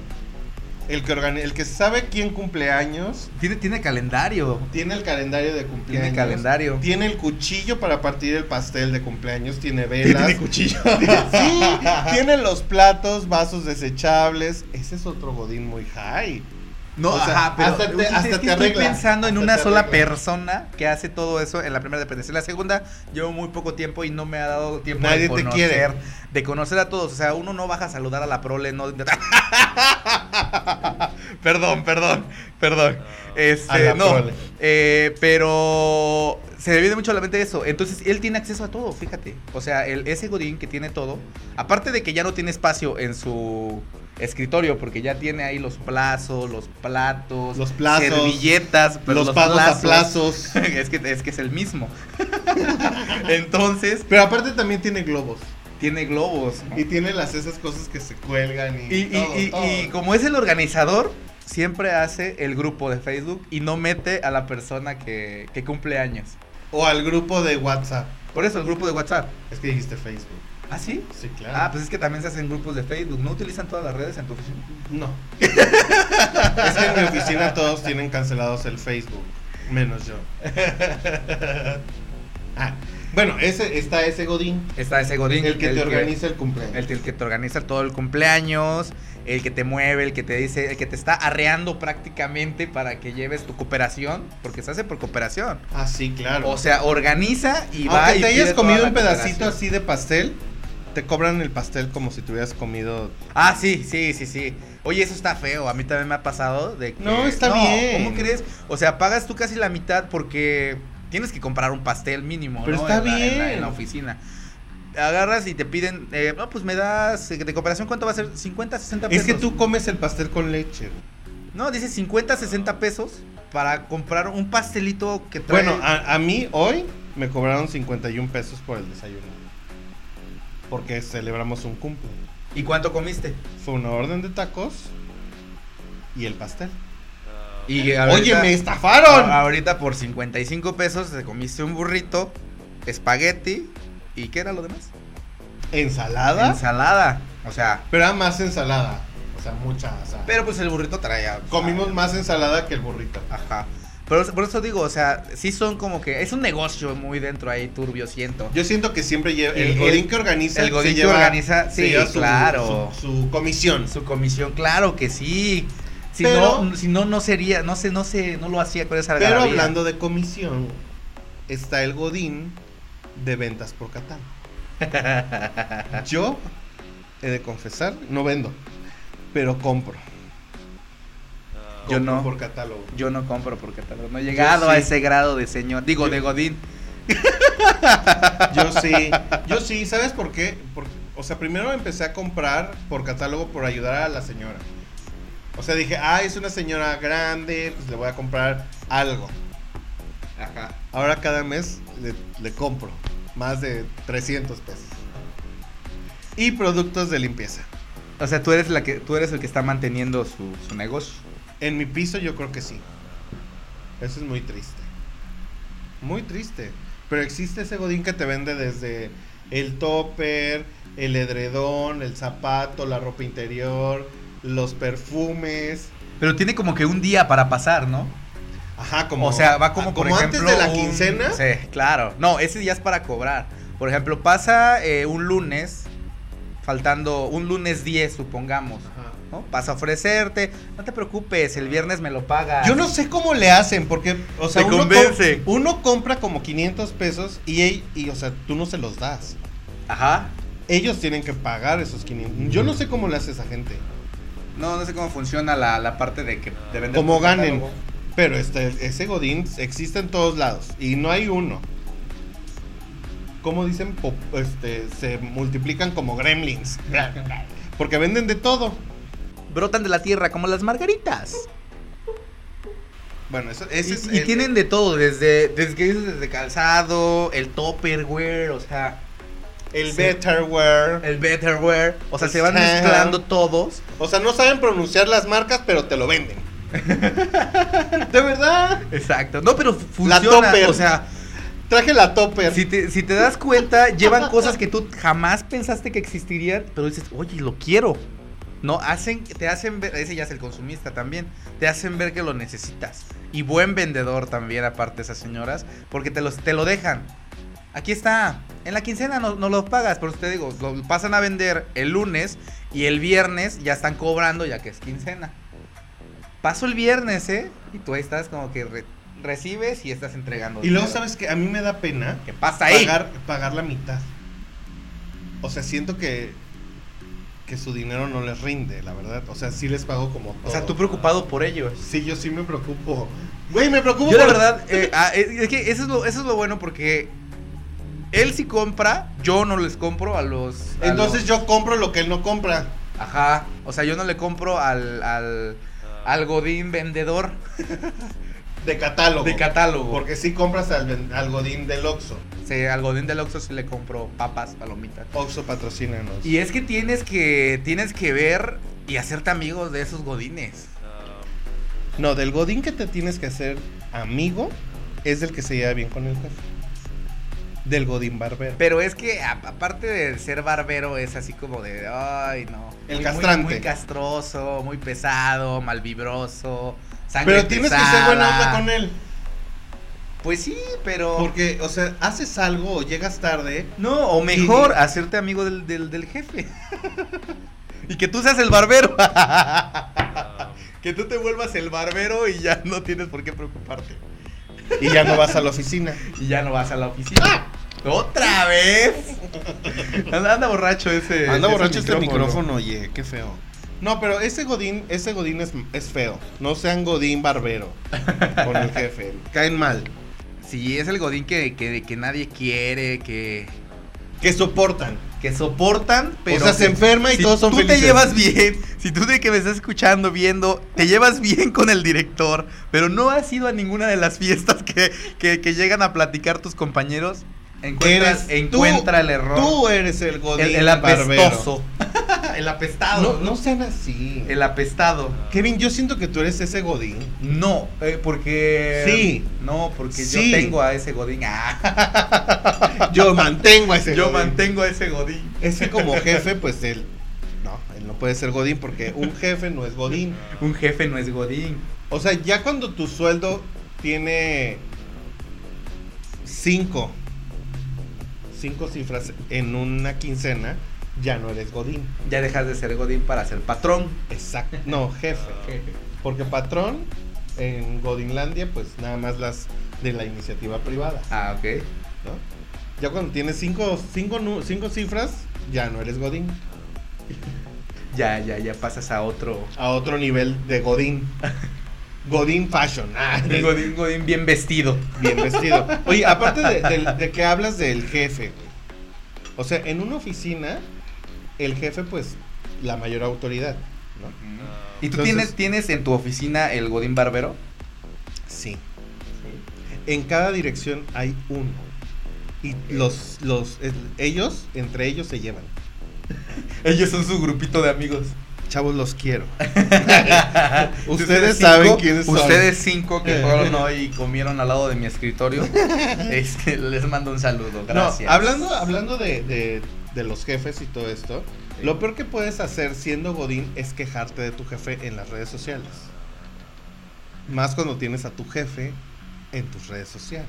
S2: El que, organi- el que sabe quién cumpleaños
S3: Tiene, tiene calendario.
S2: tiene el calendario de cumpleaños.
S3: Tiene calendario.
S2: Tiene el cuchillo para partir el pastel de cumpleaños, tiene velas.
S3: Tiene cuchillo.
S2: (laughs) sí, tiene los platos, vasos desechables. Ese es otro godín muy high.
S3: No,
S2: O sea,
S3: ajá, pero
S2: hasta te-
S3: es que
S2: hasta te
S3: estoy
S2: arregla,
S3: pensando en
S2: hasta
S3: una
S2: te
S3: sola
S2: arregla.
S3: persona que hace todo eso en la primera dependencia. En la segunda llevo muy poco tiempo y no me ha dado tiempo de
S2: Nadie te
S3: conocer,
S2: quiere.
S3: de conocer a todos. O sea, uno no baja a saludar a la prole, no. perdón, perdón, perdón.
S2: Ah, A
S3: Este,
S2: la
S3: no.
S2: prole.
S3: Eh, pero se me viene mucho a la mente eso. Entonces, él tiene acceso a todo, fíjate. O sea, el, ese Godín que tiene todo, aparte de que ya no tiene espacio en su escritorio, porque ya tiene ahí los plazos, los platos,
S2: Los plazos,
S3: servilletas, pero
S2: los, pagos a
S3: plazos.
S2: plazos.
S3: (laughs) es, que, es que es el mismo. (laughs) Entonces,
S2: Pero aparte también tiene globos.
S3: tiene globos. ¿no?
S2: Y tiene las esas cosas que se cuelgan y.
S3: Y, y-
S2: todo,
S3: y-
S2: todo.
S3: y como es el organizador, siempre hace el grupo de Facebook y no mete a la persona que, que cumple años.
S2: O al grupo de WhatsApp.
S3: Por eso el grupo de WhatsApp.
S2: Es que dijiste Facebook.
S3: ¿Ah, sí?
S2: Sí, claro.
S3: Ah, pues es que también se hacen grupos de Facebook. ¿No utilizan todas las redes en tu oficina? (laughs)
S2: No. es que en mi oficina todos tienen cancelados el Facebook, menos
S3: (laughs)
S2: yo. Ah, bueno, ese está ese Godín,
S3: Está ese Godín.
S2: el que te organiza el cumpleaños.
S3: el, que- el que te organiza todo el cumpleaños, el que te mueve, el que te dice, el que te está arreando prácticamente para que lleves tu cooperación, porque se hace por cooperación.
S2: Ah, sí, claro.
S3: O sea, organiza y va
S2: Aunque
S3: y
S2: te hayas
S3: pide toda
S2: comido
S3: la
S2: un pedacito
S3: cooperación.
S2: así de pastel, te cobran el pastel como si te hubieras comido.
S3: Ah, sí, sí, sí, sí. Oye, eso está feo. A mí también me ha pasado de que-
S2: No, está bien.
S3: ¿Cómo crees? O sea, pagas tú casi la mitad porque tienes que comprar un pastel mínimo,
S2: Pero
S3: ¿no?
S2: está
S3: en la- en la, en
S2: bien.
S3: la oficina. Agarras y te piden, eh, no, pues me das, eh, de cooperación, ¿cuánto va a ser? 50, 60
S2: Es
S3: pesos.
S2: que tú comes el pastel con leche. güey.
S3: No, dices 50, 60 pesos para comprar un pastelito que trae...
S2: Bueno, ah. a, a mí hoy me cobraron 51 pesos por el desayuno. Porque celebramos un cumple.
S3: ¿Y cuánto comiste?
S2: Fue una orden de tacos y el pastel.
S3: Y
S2: Oye,
S3: ahorita- Ah,
S2: me estafaron.
S3: a- Ahorita por 55 pesos te comiste un burrito, espagueti, ¿y qué era lo demás?
S2: ¿Ensalada?
S3: Ensalada. O sea,
S2: pero era más ensalada. O sea, mucha. o sea,
S3: pero Ah. pues el burrito traía.
S2: comimos más ensalada que el burrito.
S3: Ajá. Pero por eso digo, o sea, sí son como que. Es un negocio muy dentro ahí, turbio, siento.
S2: Yo siento que siempre lleva. El,
S3: El-
S2: Godín que organiza.
S3: el
S2: se
S3: Godín que
S2: lleva-
S3: organiza,
S2: se
S3: sí,
S2: lleva su-
S3: claro.
S2: Su, su comisión.
S3: Su comisión, claro que sí. Si
S2: Pero-
S3: no, si no, no sería, no sé, no sé, no lo hacía con esa
S2: Pero
S3: algarabía.
S2: hablando de comisión, está el Godín de ventas por (laughs) Catán. Yo he de confesar, no vendo, pero compro.
S3: Yo
S2: Compro
S3: no.
S2: Por catálogo.
S3: Yo no compro porque tal vez no he llegado
S2: sí.
S3: a ese grado de señor. Digo,
S2: Yo-
S3: de Godín.
S2: Yo sí, yo sí, ¿sabes por qué? Por- o sea, primero empecé a comprar por catálogo por ayudar a la señora. O sea, dije, ah, es una señora grande, pues le voy a comprar algo.
S3: Ajá.
S2: Ahora cada mes le, le compro más de 300 pesos. Y productos de limpieza.
S3: O sea, tú eres la que, tú eres el que está manteniendo su, su negocio.
S2: En mi piso yo creo que sí. Eso es muy triste. Muy triste. Pero existe ese godín que te vende desde el topper, el edredón, el zapato, la ropa interior, los perfumes.
S3: Pero tiene como que un día para pasar, ¿no?
S2: Ajá, como...
S3: o sea, va como, por ejemplo.
S2: antes de la
S3: un-
S2: quincena.
S3: Sí, claro. No, ese día es para cobrar. Por ejemplo, pasa eh, un lunes, faltando un lunes 10, supongamos.
S2: Ajá.
S3: ¿no? Pasa a ofrecerte. No te preocupes, el viernes me lo pagas.
S2: Yo no sé cómo le hacen, porque, o sea,
S3: Te
S2: uno,
S3: convence.
S2: com- uno compra como 500 pesos y, ell- y, o sea, tú no se los das.
S3: Ajá.
S2: Ellos tienen que pagar esos 500. Yo no sé cómo le hace esa gente.
S3: No, no sé cómo funciona la, la parte de que te venden
S2: Como
S3: por
S2: ganen.
S3: catálogo.
S2: Pero este, ese Godín existe en todos lados y no hay uno. Como dicen, Po- este, se multiplican como
S3: (laughs)
S2: gremlins. Porque venden de todo.
S3: Brotan de la tierra como las margaritas.
S2: Bueno, eso, ese
S3: y,
S2: es
S3: y
S2: el-
S3: tienen de todo, desde, desde, que dices, desde calzado, el topperware, o sea,
S2: el
S3: sí.
S2: Betterware.
S3: el betterware, o sea, se van
S2: Ajá.
S3: mezclando todos.
S2: O sea, no saben pronunciar las marcas, pero te lo venden. (laughs) de verdad.
S3: Exacto. No, pero funciona,
S2: topper.
S3: o sea,
S2: Traje la topper.
S3: si te, si te das cuenta, llevan cosas que tú jamás pensaste que existirían, pero dices, oye, lo quiero. No, hacen, te hacen ver, ese ya es el consumista también, te hacen ver que lo necesitas. Y buen vendedor también, aparte esas señoras, porque te, los, te lo dejan. Aquí está, en la quincena no, no lo pagas, pero te digo, lo pasan a vender el lunes y el viernes ya están cobrando ya que es quincena. Paso el viernes, ¿eh? Y tú ahí estás como que re- recibes y estás entregando.
S2: Y luego
S3: dinero.
S2: sabes que a mí me da pena
S3: ¿Qué pasa ahí?
S2: pagar, pagar la mitad. O sea, siento que, que su dinero no les rinde, la verdad. O sea, sí les pago como
S3: O sea,
S2: todo.
S3: tú preocupado por ellos.
S2: Sí, yo sí me preocupo. Güey, me preocupo.
S3: Yo la
S2: por-
S3: verdad, eh, ah, es, es que eso es, lo, eso es lo bueno porque él sí compra, yo no les compro a los... a
S2: Entonces
S3: los-
S2: yo compro lo que él no compra.
S3: Ajá, o sea, yo no le compro al, al, al Godín vendedor
S2: De catálogo.
S3: de catálogo.
S2: Porque sí compras al, ven- al Godín del Oxxo.
S3: Sí, al Godín del Oxxo sí le compro papas, palomitas.
S2: Oxxo patrocínanos.
S3: Y es que tienes que, tienes que ver y hacerte amigos de esos Godines.
S2: No, del Godín que te tienes que hacer amigo es del que se lleva bien con el jefe. Del Godín Barbero.
S3: Pero es que a- aparte de ser barbero es así como de, ay no.
S2: El
S3: Muy-
S2: castrante.
S3: Muy, muy castroso, muy pesado, malvibroso, sangre
S2: Pero tienes que ser buena onda con él.
S3: Pues sí, pero...
S2: Porque, o sea, haces algo o llegas tarde.
S3: No, o mejor, hacerte amigo del, del- del jefe. (laughs) y que tú seas el barbero. (laughs) que tú te vuelvas el barbero y ya no tienes por qué preocuparte.
S2: Y ya no vas a la oficina.
S3: Y ya no vas a la
S2: ¡Ah!
S3: oficina. ¡Otra vez!
S2: (laughs)
S3: Anda, anda borracho ese.
S2: Anda
S3: ese
S2: borracho este micrófono, oye, qué feo. No, pero ese Godín, ese Godín es, es feo. No sean Godín barbero con el jefe. Caen mal.
S3: Sí, es el godín que, que, que nadie quiere, que,
S2: Que soportan.
S3: que soportan, pero...
S2: o sea, se
S3: que-
S2: enferma y
S3: si
S2: todos son
S3: tú
S2: felices.
S3: te llevas bien, si tú de que me estás escuchando, viendo, te llevas bien con el director, pero no has ido a ninguna de las fiestas que, que, que llegan a platicar tus compañeros, encuentra,
S2: Eres- tú-
S3: encuentra el error.
S2: Tú eres el Godín
S3: el, el
S2: barbero.
S3: apestoso. el apestado.
S2: No, no sean así.
S3: El apestado.
S2: Kevin, yo siento que tú eres ese Godín. (laughs)
S3: No, eh, porque...
S2: Sí.
S3: No, porque
S2: Sí.
S3: yo tengo a ese godín. Ah,
S2: Yo mantengo a ese
S3: yo
S2: Godín.
S3: mantengo a ese godín.
S2: Es que como jefe, pues él. No, él no puede ser Godín porque un jefe no es Godín.
S3: Un jefe no es godín.
S2: O sea, ya cuando tu sueldo tiene cinco, cinco cifras en una quincena, ya no eres Godín.
S3: Ya dejas de ser godín para ser patrón.
S2: Exacto. No, jefe.
S3: Jefe.
S2: Porque patrón en Godinlandia, pues nada más las de la iniciativa privada,
S3: Ah, ok.
S2: ¿no? Ya cuando tienes cinco, cinco, nu- cinco cifras, ya no eres Godín.
S3: Ya, ya, ya pasas a otro.
S2: A otro nivel de Godín. Godín Fashion. Ah,
S3: Un Godín, Godín bien vestido.
S2: Bien vestido. Oye, aparte de, del- de que hablas del jefe, güey. o sea, en una oficina, el jefe, pues, la mayor autoridad, ¿no?
S3: ¿Y tú
S2: Entonces-
S3: tienes, tienes en tu oficina el Godín Barbero?
S2: Sí. En cada dirección hay uno. Y los, los, el- ellos, entre ellos se llevan.
S3: Ellos son su grupito de (laughs) amigos.
S2: Chavos, los quiero. Ustedes
S3: cinco-
S2: saben quiénes son.
S3: Ustedes cinco que fueron hoy y comieron al lado de mi escritorio. (laughs) este, les mando un saludo. Gracias.
S2: No, hablando, hablando de, de- de los jefes y todo esto, lo peor que puedes hacer siendo Godín es quejarte de tu jefe en las redes sociales. Más cuando tienes a tu jefe en tus redes sociales.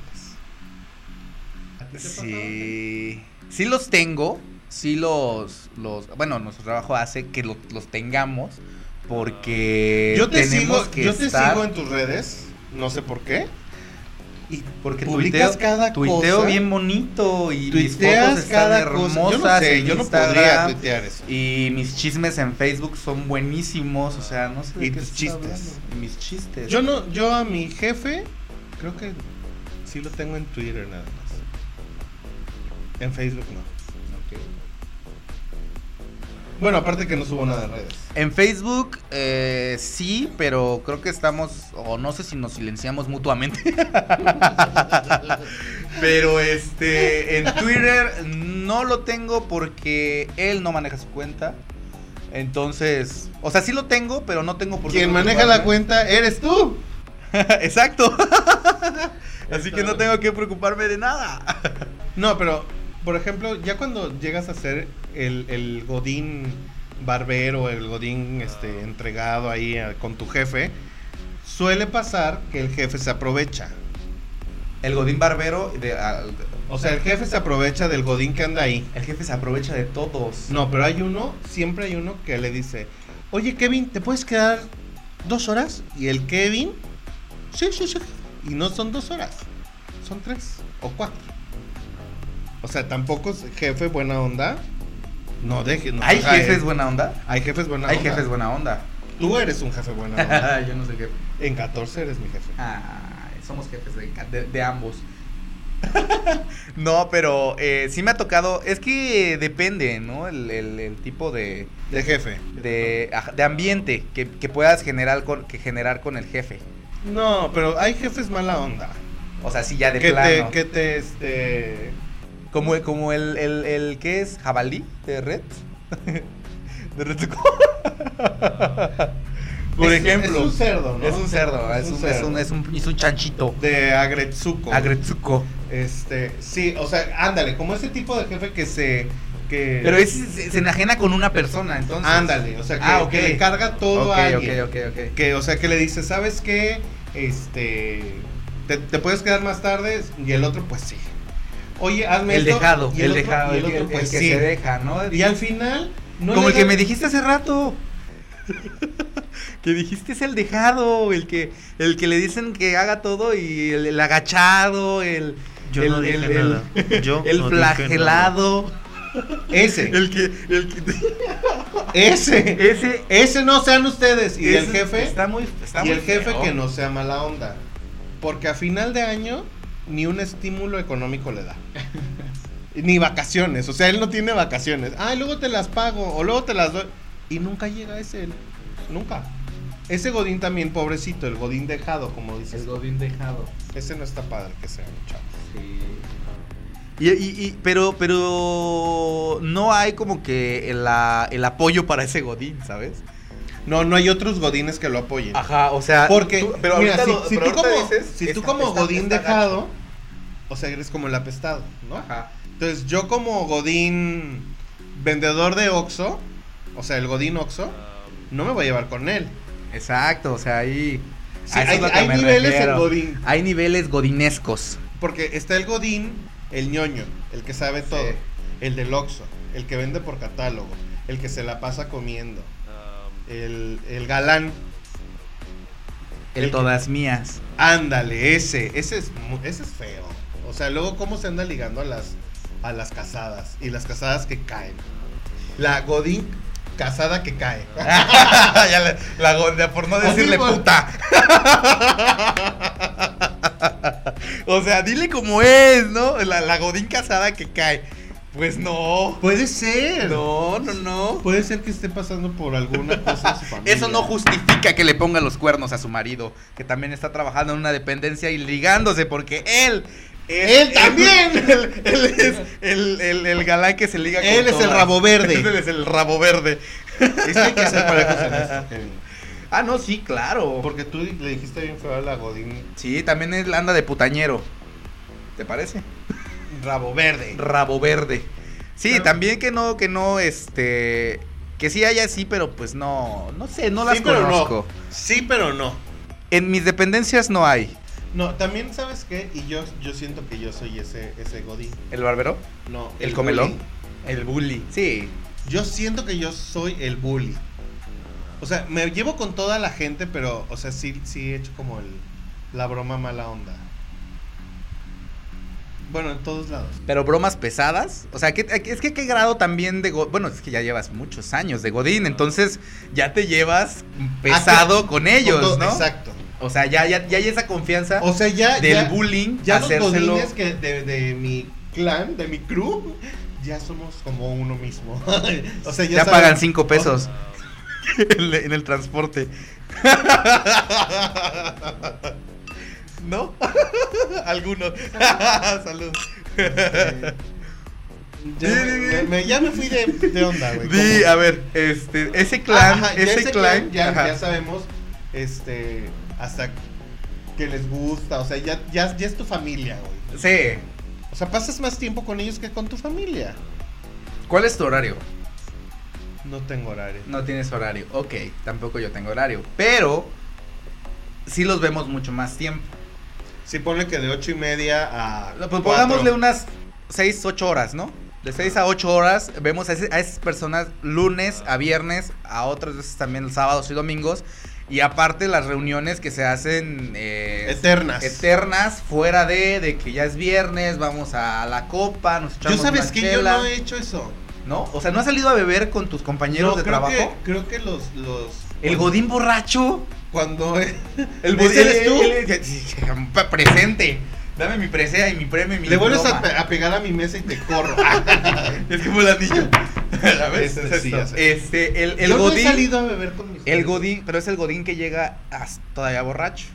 S3: Sí. Sí los tengo. Sí los. los bueno, nuestro trabajo hace que lo- los tengamos. Porque
S2: Eh, Ah. Yo te,
S3: tenemos
S2: sigo,
S3: que
S2: yo te
S3: estar-
S2: sigo en tus redes, no sé por qué. Y
S3: Porque
S2: publicas
S3: tuiteo-
S2: cada
S3: Tuiteo
S2: cosa.
S3: bien bonito y mis fotos
S2: Tuiteas
S3: están
S2: cada
S3: hermosas
S2: cosa. Yo no sé,
S3: en
S2: yo no podría
S3: Instagram,
S2: tuitear eso.
S3: y mis chismes en Facebook son buenísimos, o sea, no sé de
S2: Y
S3: qué
S2: tus
S3: estás
S2: chistes.
S3: hablando. Y mis chistes.
S2: Yo no, yo a mi jefe, creo que sí lo tengo en Twitter nada más. En Facebook no.
S3: Ok.
S2: Bueno, aparte que no subo nada en redes.
S3: En Facebook eh, sí, pero creo que estamos, o no sé si nos silenciamos mutuamente. (laughs) pero este, en Twitter no lo tengo porque él no maneja su cuenta. Entonces, o sea, sí lo tengo, pero no tengo por qué
S2: Quien maneja la
S3: preocuparme.
S2: cuenta eres tú.
S3: (laughs) Exacto. Así que no tengo que preocuparme de nada.
S2: No, pero, por ejemplo, ya cuando llegas a ser el, el godín barbero, el godín este, entregado ahí a- con tu jefe, suele pasar que el jefe se aprovecha.
S3: (laughs) El Godín Barbero. de- ah, al-
S2: O sea, el jefe se aprovecha del godín que anda ahí.
S3: el jefe se aprovecha de todos.
S2: No, pero hay uno, siempre hay uno que le dice, oye Kevin, ¿te puedes quedar dos horas? Y el Kevin, sí, sí, sí. Y no son dos horas, son tres o cuatro. O sea, tampoco es jefe buena onda. No deje, no.
S3: ¿Hay
S2: haga
S3: jefes
S2: eso.
S3: buena onda?
S2: Hay jefes buena
S3: Hay
S2: onda.
S3: jefes eh. buena onda.
S2: Tú eres un jefe buena onda.
S3: (laughs) Yo no sé qué.
S2: en 14 eres mi jefe.
S3: Ah, somos jefes de, de- de ambos. (laughs) no, pero eh, sí me ha tocado. Es que eh, depende, ¿no? El, el- el tipo de,
S2: De jefe.
S3: de, ajá, de ambiente que, que puedas generar con, que generar con el jefe.
S2: No, pero hay jefes mala onda.
S3: O sea, sí, ya de
S2: que
S3: plano.
S2: te, que te, este...
S3: Como, como el, el, el que es jabalí de red. (laughs) de red Tucú. Por
S2: es-
S3: ejemplo.
S2: Es un cerdo, ¿no?
S3: Es un cerdo, es, un, es,
S2: cerdo.
S3: un, es, un, es un chanchito. Ah,
S2: De Agretsuko.
S3: Agretsuko.
S2: Este, sí, o sea, ándale, como ese tipo de jefe que se. Que,
S3: Pero es, se, se enajena con una persona, entonces.
S2: Ándale, o sea, que,
S3: Ah, ok.
S2: que le carga todo
S3: Ok,
S2: a alguien.
S3: ok, ok, ok.
S2: Que, o sea, que le dice, ¿sabes qué? Este. Te, te puedes quedar más tarde. Y el otro, pues sí. Oye, hazme
S3: El
S2: esto,
S3: dejado,
S2: Y el,
S3: el,
S2: otro,
S3: dejado,
S2: y
S3: el,
S2: el otro,
S3: que- el
S2: pues
S3: que
S2: sí.
S3: se deja, ¿no?
S2: Y al final. no
S3: Como
S2: le
S3: el que
S2: da-
S3: me dijiste hace rato. que dijiste es el dejado, el que, el que le dicen que haga todo y el, el agachado, el,
S1: Yo
S3: el,
S1: no dije
S3: el- el-
S1: nada. Yo
S3: el
S1: no dije
S3: flagelado,
S2: Ese,
S3: el que, el que (laughs)
S2: ese.
S3: ese
S2: Ese no sean ustedes. Y el
S3: ese
S2: jefe.
S3: está muy, está
S2: y
S3: muy
S2: el jefe
S3: feo.
S2: que no sea mala onda. Porque a final de año ni un estímulo económico
S3: (laughs)
S2: le da. ni vacaciones. O sea, él no tiene vacaciones. Ah, y luego te las pago o luego te las doy. Y nunca llega ese. Nunca. Ese Godín también, pobrecito, el Godín dejado, como dices.
S3: es Godín dejado.
S2: Ese no está padre que sea un chavo.
S3: Y, y- y- pero, pero no hay como que la- el apoyo para ese Godín, ¿sabes?
S2: No, no hay otros Godines que lo apoyen.
S3: Ajá, o sea,
S2: Porque,
S3: tú- pero
S2: mira,
S3: ahorita
S2: si,
S3: lo-
S2: si
S3: pero
S2: tú
S3: ahorita
S2: como,
S3: dices,
S2: si tú
S3: está-
S2: como
S3: está-
S2: Godín
S3: está gacho.
S2: dejado, o sea, eres como el apestado, ¿no?
S3: Ajá.
S2: Entonces, yo como Godín vendedor de Oxxo, o sea, el Godín Oxxo, no me voy a llevar con él.
S3: Exacto, o sea, ahí
S2: Sí,
S3: a eso
S2: hay
S3: es lo que
S2: hay
S3: me
S2: niveles
S3: refiero. Ah.
S2: en Godín.
S3: Hay niveles godinescos.
S2: Porque está el Godín, el ñoño, el que sabe todo. El del Oxxo, el que vende por catálogo, el que se la pasa comiendo, el, el galán.
S3: El,
S2: El que-
S3: todas mías.
S2: Ándale, ese, ese es, mu- ese es feo. O sea, luego cómo se anda ligando a las, a las casadas y las casadas que caen. La Godín casada que cae.
S3: (laughs) Ya la, la gondia por no
S2: Así
S3: decirle
S2: igual.
S3: puta. (laughs) o sea, dile como es, ¿no? La, la godín casada que cae. Pues no.
S2: Puede ser.
S3: No, no, no.
S2: Puede ser que esté pasando por alguna cosa en su familia.
S3: (laughs) Eso no justifica que le ponga los cuernos a su marido, que también está trabajando en una dependencia y ligándose porque él...
S2: Él también. (laughs)
S3: Él, él es el, el- el galán que se liga
S2: Él es el rabo verde.
S3: (laughs) Él es el rabo verde.
S2: Es que hay que hacer parejos en esto,
S3: (laughs)
S2: Kevin.
S3: Ah, no, sí, claro.
S2: Porque tú le dijiste bien feo a la Godín
S3: Sí, también él anda de putañero. ¿Te parece?
S2: rabo verde.
S3: Rabo verde. Sí,
S2: Pero-
S3: también que no, que no, este... Que sí hay así, pero pues no, no sé, no las
S2: sí, pero
S3: conozco.
S2: no. Sí, pero no.
S3: En mis dependencias no hay.
S2: No, también sabes qué, y yo, yo siento que yo soy ese, ese Godín.
S3: ¿El barbero?
S2: No.
S3: ¿El comelón?
S2: bully.
S3: El bully. Sí.
S2: Yo siento que yo soy el bully. O sea, me llevo con toda la gente, pero, o sea, sí, sí he hecho como el, la broma mala onda. Bueno, en todos lados.
S3: Pero bromas pesadas. O sea, que, es que qué grado también de... go- Bueno, es que ya llevas muchos años de Godín, entonces ya te llevas pesado con ellos,
S2: Con todo-
S3: ¿no?
S2: Exacto.
S3: O sea, ya, ya, ya hay esa confianza
S2: O sea, ya.
S3: del
S2: ya,
S3: bullying,
S2: ya los
S3: hacérselo...
S2: godines que de, de mi clan, de mi crew, ya somos como uno mismo. (laughs) o sea, ya
S3: ya
S2: saben- Oh.
S3: pagan cinco pesos (laughs) en, en
S2: (laughs)
S3: el transporte.
S2: (laughs)
S3: ¿No? Algunos. Salud.
S2: Ya, me, me- ya me fui de, de onda, güey.
S3: Di,
S2: como-
S3: a ver, este, ese clan,
S2: Ajá, ya
S3: ese, clan,
S2: ya,
S3: ajá.
S2: ya sabemos este hasta que les gusta, o sea, ya, ya, ya es tu familia, güey.
S3: Sí.
S2: O sea, pasas más tiempo con ellos que con tu familia.
S3: ¿Cuál es tu horario?
S2: No tengo horario.
S3: No tienes horario. Ok, tampoco yo tengo horario. Pero sí los vemos mucho más tiempo.
S2: Sí, ponle que de ocho y media a.
S3: Pues
S2: cuatro.
S3: pongámosle unas 6, 8 horas, ¿no? De 6 a 8 horas vemos a, ese- a esas personas lunes a viernes, a otras veces también los sábados y domingos. Y aparte las reuniones que se hacen eh,
S2: Eternas.
S3: eternas, fuera de, de que ya es viernes, vamos a la copa, nos
S2: Yo
S3: echamos
S2: sabes
S3: una
S2: que yo
S3: chela,
S2: no he hecho eso.
S3: ¿no? O sea, ¿no has salido a beber con tus compañeros
S2: No,
S3: de
S2: creo
S3: trabajo?
S2: que, creo que los, los.
S3: El godín borracho.
S2: Cuando. (laughs)
S3: El
S2: ¿Ese eres tú?
S3: presente. Dame mi presea y mi premio y mi
S2: Le vuelves a,
S3: diploma.
S2: pe- a pegar a mi mesa y te
S3: (laughs)
S2: corro. Ah,
S3: Es como el anillo. (laughs) ¿La ves?
S2: Este,
S3: Es
S2: sí,
S3: esto.
S2: ya sé.
S3: Este, el, el
S2: yo no he
S3: godín.
S2: salido a beber con mis.
S3: el godín, pero es el godín que llega hasta todavía borracho.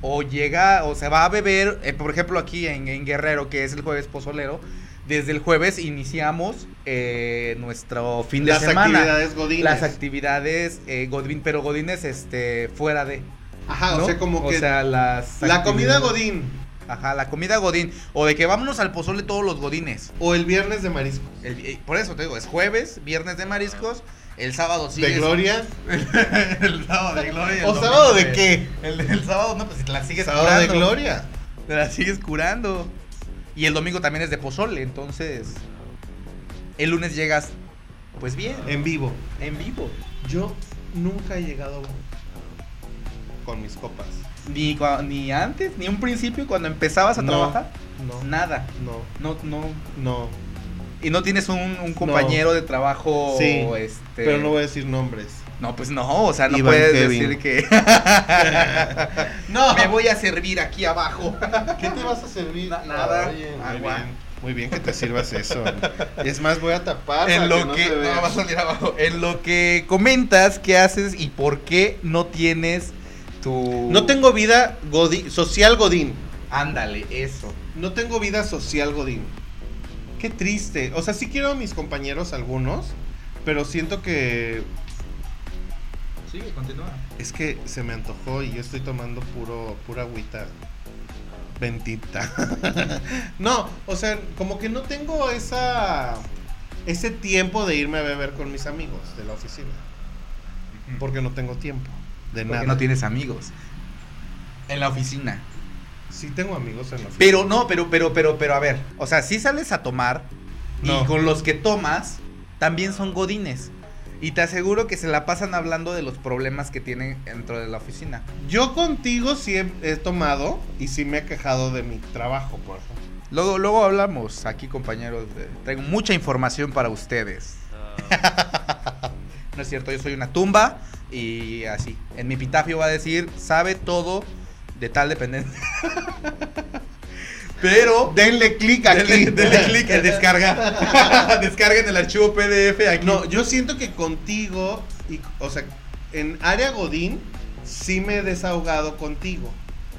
S3: O llega, o se va a beber, eh, por ejemplo, aquí en, en Guerrero, que es el jueves pozolero. Desde el jueves iniciamos eh, nuestro fin de
S2: Las
S3: semana.
S2: actividades godines.
S3: Las actividades eh, Godín, pero Godín es este, fuera de.
S2: Ajá,
S3: ¿no?
S2: Ah, o sea, como
S3: O
S2: que.
S3: sea, las
S2: la comida
S3: actividades.
S2: godín
S3: Ajá, la comida Godín. O de que vámonos al pozole todos los Godines.
S2: o el viernes de marisco.
S3: El- eh, por eso te digo, es jueves, viernes de mariscos, el sábado sí.
S2: de
S3: es-
S2: gloria.
S3: (laughs) el sábado de gloria. el
S2: ¿O
S3: domingo
S2: sábado de qué?
S3: El, el sábado no, pues te la sigues
S2: Sábado de
S3: curando.
S2: gloria.
S3: Te la sigues curando. Y el domingo también es de pozole, entonces. El lunes llegas, pues bien,
S2: En vivo.
S3: en vivo.
S2: Yo nunca he llegado con mis copas.
S3: Ni, cua- ni antes, ni un principio, cuando empezabas a
S2: No.
S3: trabajar,
S2: No.
S3: nada.
S2: No.
S3: No, no.
S2: No.
S3: Y no tienes un, un compañero de trabajo.
S2: Sí,
S3: este,
S2: Pero no voy a decir nombres.
S3: No, pues no, o sea, no
S2: Iván
S3: puedes
S2: Kevin.
S3: decir que
S2: (laughs)
S3: (laughs)
S2: No.
S3: me voy a servir
S2: (laughs)
S3: aquí abajo.
S2: ¿Qué te vas a servir?
S3: Na- nada.
S2: Oye, muy
S3: Agua.
S2: bien. Muy bien que te sirvas eso. Es más, voy a tapar. para
S3: en lo
S2: no
S3: que,
S2: se vea.
S3: no, vas a salir abajo. En lo que comentas, ¿qué haces y por qué no tienes tu
S2: No tengo vida godi- social godín.
S3: Ándale, eso.
S2: No tengo vida social godín. Qué triste. O sea, sí quiero a mis compañeros algunos, pero siento que
S3: Sigue, continúa.
S2: es que se me antojó y yo estoy tomando puro pura agüita bendita. (laughs) no, o sea, como que no tengo esa ese tiempo de irme a beber con mis amigos de la oficina, porque no tengo tiempo de
S3: Porque
S2: nada.
S3: no tienes amigos en la oficina.
S2: Sí tengo amigos en la oficina.
S3: Pero no, pero pero pero pero a ver, o sea, si sales a tomar y
S2: No.
S3: con los que tomas también son godines. Y te aseguro que se la pasan hablando de los problemas que tienen dentro de la oficina.
S2: Yo contigo sí he, he tomado y sí me he quejado de mi trabajo, por ejemplo.
S3: Luego, luego hablamos aquí, compañeros. de- Traigo mucha información para ustedes. no es cierto, yo soy una tumba y así. En mi epitafio va a decir, sabe todo de tal dependencia. (laughs) Pero...
S2: Denle clic aquí.
S3: Denle, denle clic en descarga. (laughs) Descarguen el archivo PDF aquí.
S2: No, yo siento que contigo, y, o sea, en área Godín, sí me he desahogado contigo.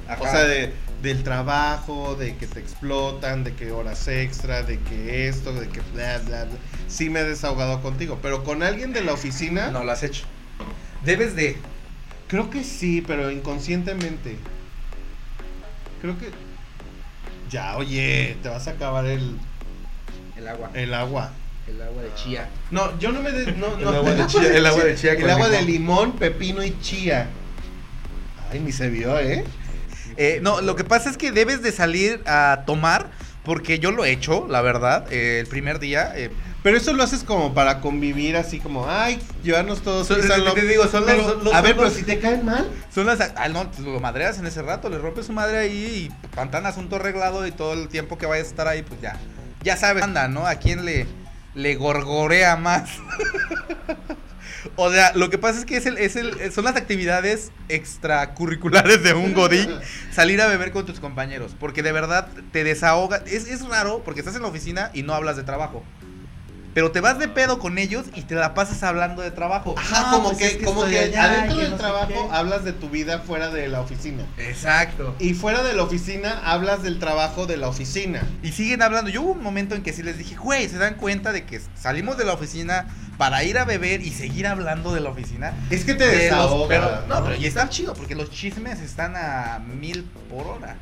S3: Ajá.
S2: O sea, de, del trabajo, de que te explotan, de que horas extra, de que esto, de que bla, bla, bla. Sí me he desahogado contigo. Pero con alguien de la oficina,
S3: No lo has hecho. Debes de...
S2: creo que sí, pero inconscientemente. Creo que. Ya, oye, te vas a acabar el,
S3: El agua.
S2: el agua.
S3: El agua de chía.
S2: No, yo no me. de- no, no.
S3: El agua de chía, el agua de
S2: (laughs)
S3: chía
S2: El
S3: con
S2: agua de
S3: limón.
S2: limón, pepino y chía. Ay, ni se vio, ¿eh?
S3: Eh, no, lo que pasa es que debes de salir a tomar, porque yo lo he hecho, la verdad, eh, el primer día. eh,
S2: Pero eso lo haces como para convivir, así como, ay, llevarnos todos.
S3: Son-
S2: quizá lo-
S3: te digo, son
S2: Pero,
S3: los- los-
S2: a ver,
S3: son
S2: pero
S3: los-
S2: si te caen mal.
S3: son las... Ah, no, lo madreas en ese rato, le rompes su madre ahí y pantan asunto arreglado y todo el tiempo que vayas a estar ahí, pues ya. Ya sabes, anda, ¿no? A quién le, le gorgorea más. (laughs) o sea, lo que pasa es que es el, es el, son las actividades extracurriculares de un godín. salir a beber con tus compañeros, porque de verdad te desahoga. Es, es raro porque estás en la oficina y no hablas de trabajo. Pero te vas de pedo con ellos y te la pasas hablando de trabajo.
S2: Ajá,
S3: No,
S2: como
S3: pues
S2: que,
S3: es
S2: como
S3: estoy
S2: que
S3: allá y
S2: adentro
S3: que
S2: del
S3: no sé
S2: trabajo
S3: qué.
S2: hablas de tu vida fuera de la oficina.
S3: Exacto.
S2: Y fuera de la oficina hablas del trabajo de la oficina.
S3: Y siguen hablando. Yo hubo un momento en que sí les dije, güey, ¿se dan cuenta de que salimos de la oficina para ir a beber y seguir hablando de la oficina?
S2: Es que te
S3: De los-
S2: desahoga.
S3: pero, no,
S2: ¿no?
S3: pero y está chido porque los chismes están a mil por hora.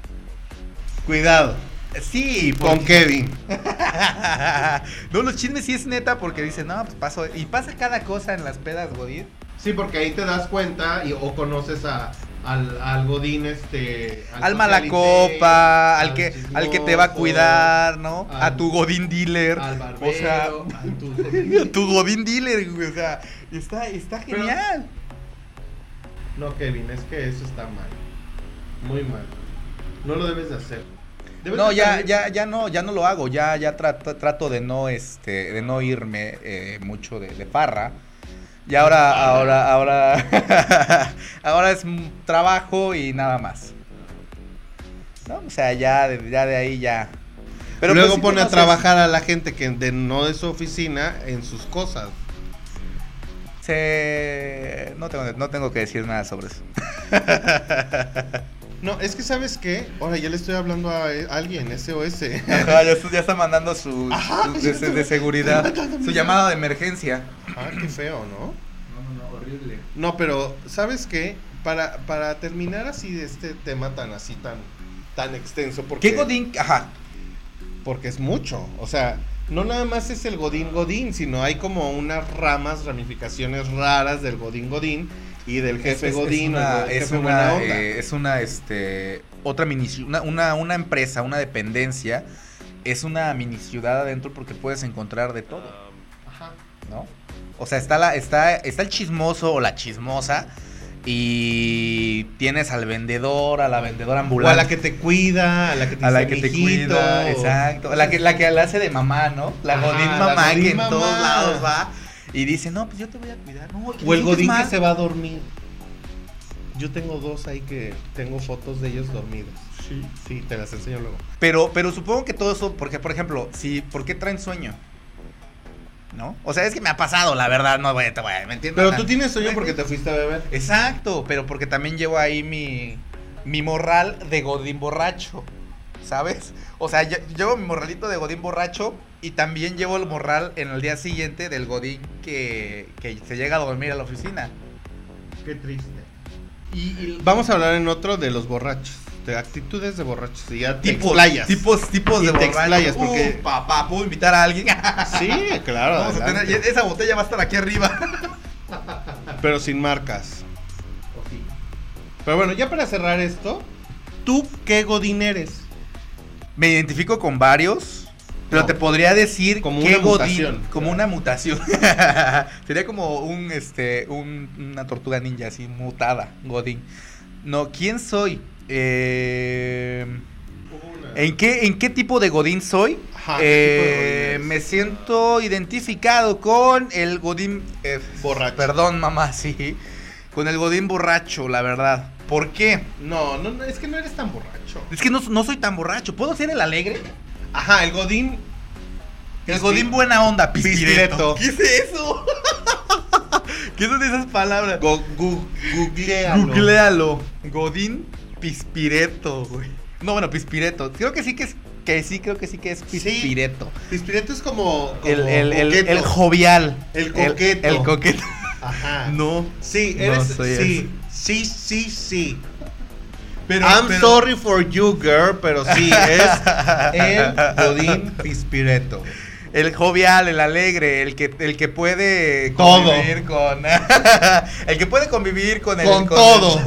S2: Cuidado.
S3: Sí,
S2: Con
S3: porque-
S2: Kevin.
S3: (laughs) no, los chismes sí es neta porque dicen, no, pues paso. Y pasa cada cosa en las pedas, Godín.
S2: Sí, porque ahí te das cuenta y, o conoces a, al, al Godín, este...
S3: Al mala
S2: socialité,
S3: copa, al que, al que te va a
S2: chismoso,
S3: cuidar, ¿no? a
S2: al-
S3: tu Godín dealer.
S2: Al
S3: o sea,
S2: barbero, al tu-
S3: (laughs) a tu Godín dealer, güey. O sea, está, está
S2: Pero-
S3: genial.
S2: No, Kevin, es que eso está mal. Muy mal. No lo debes de hacer. Debes
S3: No,
S2: de
S3: ya,
S2: salir-
S3: ya, ya no, ya no lo hago, ya, ya trato, trato de no, este, de no irme eh, mucho de, de parra. Y ahora, ahora, ahora, (laughs) ahora es un trabajo y nada más. ¿No? O sea, ya, de- ya de ahí ya.
S2: Luego
S3: pues, sí
S2: pone a
S3: conoces-
S2: trabajar a la gente que de- no de su oficina en sus cosas.
S3: Se- No tengo, no tengo que decir nada sobre eso.
S2: No, es que ¿sabes qué? Ahora ya le estoy hablando a eh, alguien, SOS.
S3: (coughs) Ajá, (laughs) ya, está- ya está mandando su,
S2: Ajá,
S3: su- de- de,
S2: (laughs)
S3: de seguridad, su llamada de emergencia.
S2: Ah, qué feo, ¿no?
S3: No, no, no, horrible.
S2: No, pero ¿sabes qué? Para, para terminar así de este tema tan así, tan, tan extenso. Porque,
S3: ¿Qué Godín? Ajá,
S2: Porque es mucho. O sea, no nada más es el Godín Godín, sino hay como unas ramas, ramificaciones raras del Godín Godín y del jefe
S3: es, es
S2: Godín o
S3: una,
S2: del
S3: es
S2: jefe
S3: una,
S2: buena onda.
S3: eh, es una, este, otra mini, ci- una, una, una empresa, una dependencia, es una mini ciudad adentro porque puedes encontrar de todo,
S2: Ajá.
S3: ¿no? O sea, está, la, está, está el chismoso o la chismosa y tienes al vendedor, a la vendedora
S2: O a
S3: ambulante.
S2: la que te cuida, a la que te,
S3: a la
S2: dice,
S3: que te
S2: "Mijito",
S3: cuida,
S2: o-
S3: exacto. La que, la que la hace de mamá, ¿no? La
S2: Ajá,
S3: Godín
S2: la
S3: mamá
S2: Godín
S3: que en
S2: mamá.
S3: todos lados va y dice, no, pues yo te voy a cuidar. No,
S2: O el Godín que se va a dormir. Yo tengo dos ahí que tengo fotos de ellos dormidos.
S3: Sí.
S2: Sí, te las enseño luego.
S3: Pero, pero supongo que todo eso, porque por ejemplo, si, ¿por qué traen sueño? ¿No? O sea, es que me ha pasado, la verdad, no voy, te voy, ¿me entiendes?
S2: Pero tú tienes sueño porque te fuiste a beber.
S3: Exacto, pero porque también llevo ahí mi, mi morral de godín borracho, ¿sabes? O sea, lle- llevo mi morralito de godín borracho y también llevo el morral en el día siguiente del godín que, que se llega a dormir a la oficina.
S2: Qué triste. Vamos a hablar en otro de los borrachos, de actitudes de borrachos. Y ya te
S3: Tipos,
S2: explayas.
S3: tipos, tipos
S2: Y
S3: de
S2: te
S3: borracho.
S2: explayas, porque-
S3: Uh, papá, ¿puedo invitar a alguien? (laughs)
S2: Sí, claro.
S3: Vamos a
S2: adelante.
S3: tener- esa botella va a estar aquí arriba.
S2: Pero sin marcas. Pero bueno, ya para cerrar esto, ¿tú qué Godín eres?
S3: Me identifico con varios, pero
S2: No.
S3: te podría decir
S2: Como
S3: que
S2: una mutación.
S3: como una mutación. (laughs) Sería como un este un- una tortuga ninja así mutada, Godín. No, ¿quién soy? Eh, ¿En qué, ¿En qué tipo de Godín soy?
S2: Ajá,
S3: Eh,
S2: ¿qué tipo de Godín
S3: me
S2: eres?
S3: siento identificado con el Godín eh,
S2: Borracho.
S3: Perdón, mamá, (laughs) sí. Con el Godín borracho, la verdad. ¿Por qué?
S2: No, no, no, es que no eres tan borracho.
S3: Es que no, no soy tan borracho. ¿Puedo ser el alegre?
S2: Ajá, el Godín.
S3: El Godín buena onda,
S2: Pistireto.
S3: pistireto. ¿Qué es eso? (laughs) ¿Qué son esas palabras?
S2: Go, gu, googlealo.
S3: Googlealo. Godín pispireto, güey. No, bueno, pispireto. Creo que sí que es. Que sí, creo que sí que es pispireto.
S2: Pispireto es como. como
S3: El, el, el,
S2: coqueto.
S3: el jovial.
S2: El coqueto.
S3: El, coqueto.
S2: Ajá.
S3: No.
S2: Sí,
S3: No
S2: eres.
S3: soy
S2: sí, sí, sí, sí.
S3: Pero,
S2: I'm
S3: pero-
S2: sorry for you, girl, pero sí,
S3: (laughs)
S2: es el Godín Pispireto.
S3: El jovial, el alegre, el que, el que puede
S2: Todo.
S3: convivir con. (laughs) el que puede convivir con el.
S2: Con
S3: el-
S2: todo.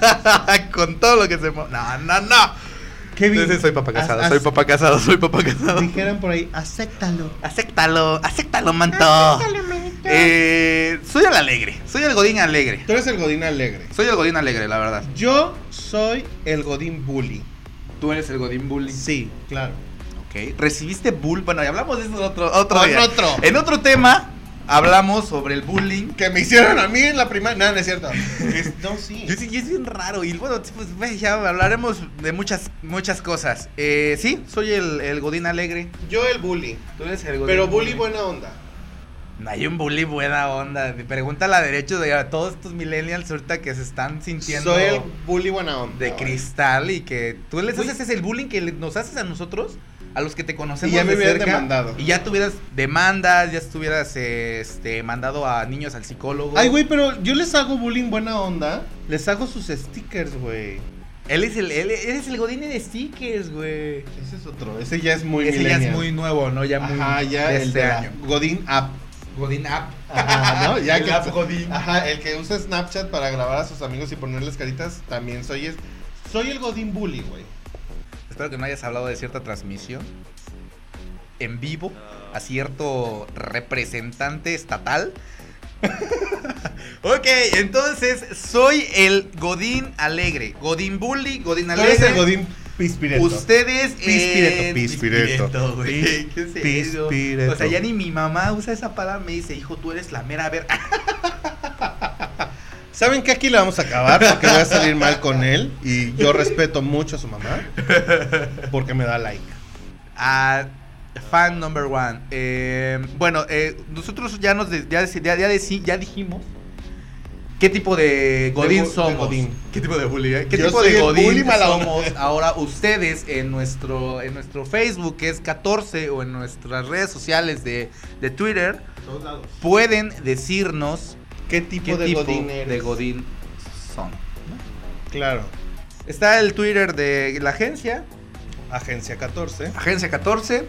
S3: (laughs) con todo lo que se. mo- No, no, no.
S2: Kevin.
S3: Entonces soy papá
S2: as-
S3: casado,
S2: as-
S3: soy papá casado, soy papá casado.
S2: Dijeron por ahí, acéptalo.
S3: Acéptalo, acéptalo, manto. Eh, soy el alegre, soy el godín alegre.
S2: Tú eres el Godín alegre.
S3: Soy el godín alegre, la verdad.
S2: Yo soy el Godín Bully.
S3: Tú eres el godín bullying.
S2: Sí, claro.
S3: Ok. ¿Recibiste bull? Bueno, ya hablamos de eso otro, otro
S2: Con
S3: día.
S2: otro.
S3: En otro tema, hablamos sobre el bullying.
S2: Que me hicieron a mí en la primaria. No, no es cierto. Es- no, sí.
S3: Yo sí, yo es bien raro. Y bueno, pues ve, ya hablaremos de muchas, muchas cosas. Eh, sí, soy el, el Godín Alegre.
S2: Yo el bully.
S3: Tú eres el
S2: Pero bully buena onda.
S3: No hay un bully buena onda. Pregúntale a derecho de a todos estos millennials ahorita que se están sintiendo
S2: Soy el bully buena onda.
S3: de cristal y que tú les
S2: Uy.
S3: haces ese- el bullying que le- nos haces a nosotros, a los que te conocemos.
S2: Y ya me
S3: de
S2: hubieran
S3: cerca,
S2: demandado.
S3: Y ya tuvieras demandas, ya estuvieras eh, este, mandado a niños al psicólogo.
S2: Ay, güey, pero yo les hago bullying buena onda. Les hago sus stickers, güey.
S3: Él es el, él, él es el Godín de stickers, güey.
S2: Ese es otro. Ese ya es muy
S3: Ese ya es
S2: millennial.
S3: muy nuevo, ¿no? Ya muy
S2: Ajá, ya
S3: de
S2: el
S3: este
S2: de la
S3: año.
S2: Godín App.
S3: Godín App.
S2: Ajá, ¿no? Ya
S3: El
S2: que
S3: app Godín.
S2: Ajá, el que usa Snapchat para grabar a sus amigos y ponerles caritas, también soy es soy el Godín Bully, güey.
S3: Espero que no hayas hablado de cierta transmisión en vivo a cierto representante estatal. (laughs) ok, entonces soy el Godín Alegre. Godín Bully, Godín
S2: Tú eres
S3: Alegre.
S2: el Godín Pispireto.
S3: Ustedes.
S2: Pispireto,
S3: en-
S2: pispireto.
S3: Pispireto, güey.
S2: Pis-
S3: ¿Qué es eso?
S2: pispireto.
S3: O sea, ya ni mi mamá usa esa palabra. Me dice, hijo, tú eres la mera ver.
S2: ¿Saben que aquí le vamos a acabar? Porque voy a salir mal con él. Y yo respeto mucho a su mamá. Porque me da like.
S3: a Ah, fan number one. Eh, bueno, eh, nosotros ya nos de- ya, deci- ya, ya deci- ya dijimos qué tipo
S2: De
S3: de Godín
S2: bu- de
S3: somos.
S2: Godín.
S3: ¿Qué tipo de bully? eh? ¿Qué
S2: Yo
S3: tipo
S2: soy
S3: de
S2: el
S3: Godín
S2: bully mala onda.
S3: somos ahora ustedes en nuestro en nuestro Facebook que es 14 o en nuestras redes sociales de, de Twitter
S2: Todos lados.
S3: pueden decirnos
S2: ¿Qué tipo
S3: qué
S2: de
S3: tipo
S2: Godín eres?
S3: de Godín son.
S2: Claro.
S3: Está el Twitter de la agencia,
S2: Agencia 14.
S3: Agencia 14,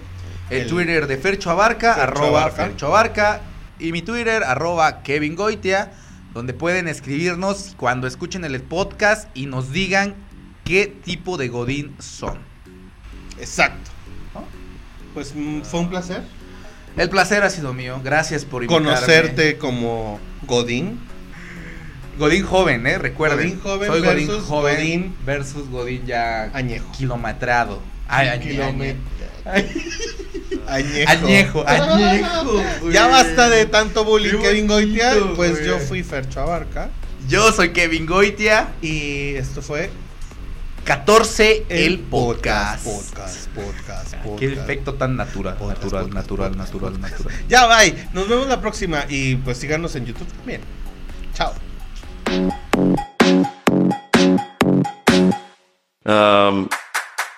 S3: el,
S2: El-
S3: Twitter de Fercho Abarca,
S2: Fercho
S3: arroba
S2: Abarca.
S3: Fercho Abarca, y mi Twitter, arroba Kevin Goitia, donde pueden escribirnos cuando escuchen el podcast y nos digan qué tipo de Godín son.
S2: Exacto.
S3: ¿No?
S2: Pues mm, fue un placer
S3: El placer ha sido mío, gracias por invitarme.
S2: conocerte como Godín.
S3: Godín joven, eh, recuerden.
S2: Godín joven
S3: Soy Godín
S2: versus
S3: joven
S2: Godín
S3: versus Godín ya
S2: Añejo.
S3: kilometrado. Ay, añe-
S2: Kilome-
S3: añe-
S2: Añejo.
S3: Añejo, añejo. güey.
S2: Ya basta de tanto
S3: Qué
S2: bullying, Kevin
S3: bonito,
S2: Goitia. Pues
S3: güey.
S2: yo fui Fercho Abarca.
S3: Yo soy Kevin Goitia.
S2: Y esto fue
S3: 14 el podcast.
S2: Podcast, podcast, podcast.
S3: Qué efecto tan natural,
S2: Podcast,
S3: natural,
S2: podcast,
S3: natural,
S2: podcast,
S3: natural, natural.
S2: Ya, bye. Nos vemos la próxima. Y pues síganos en YouTube también. Chao.
S1: Um,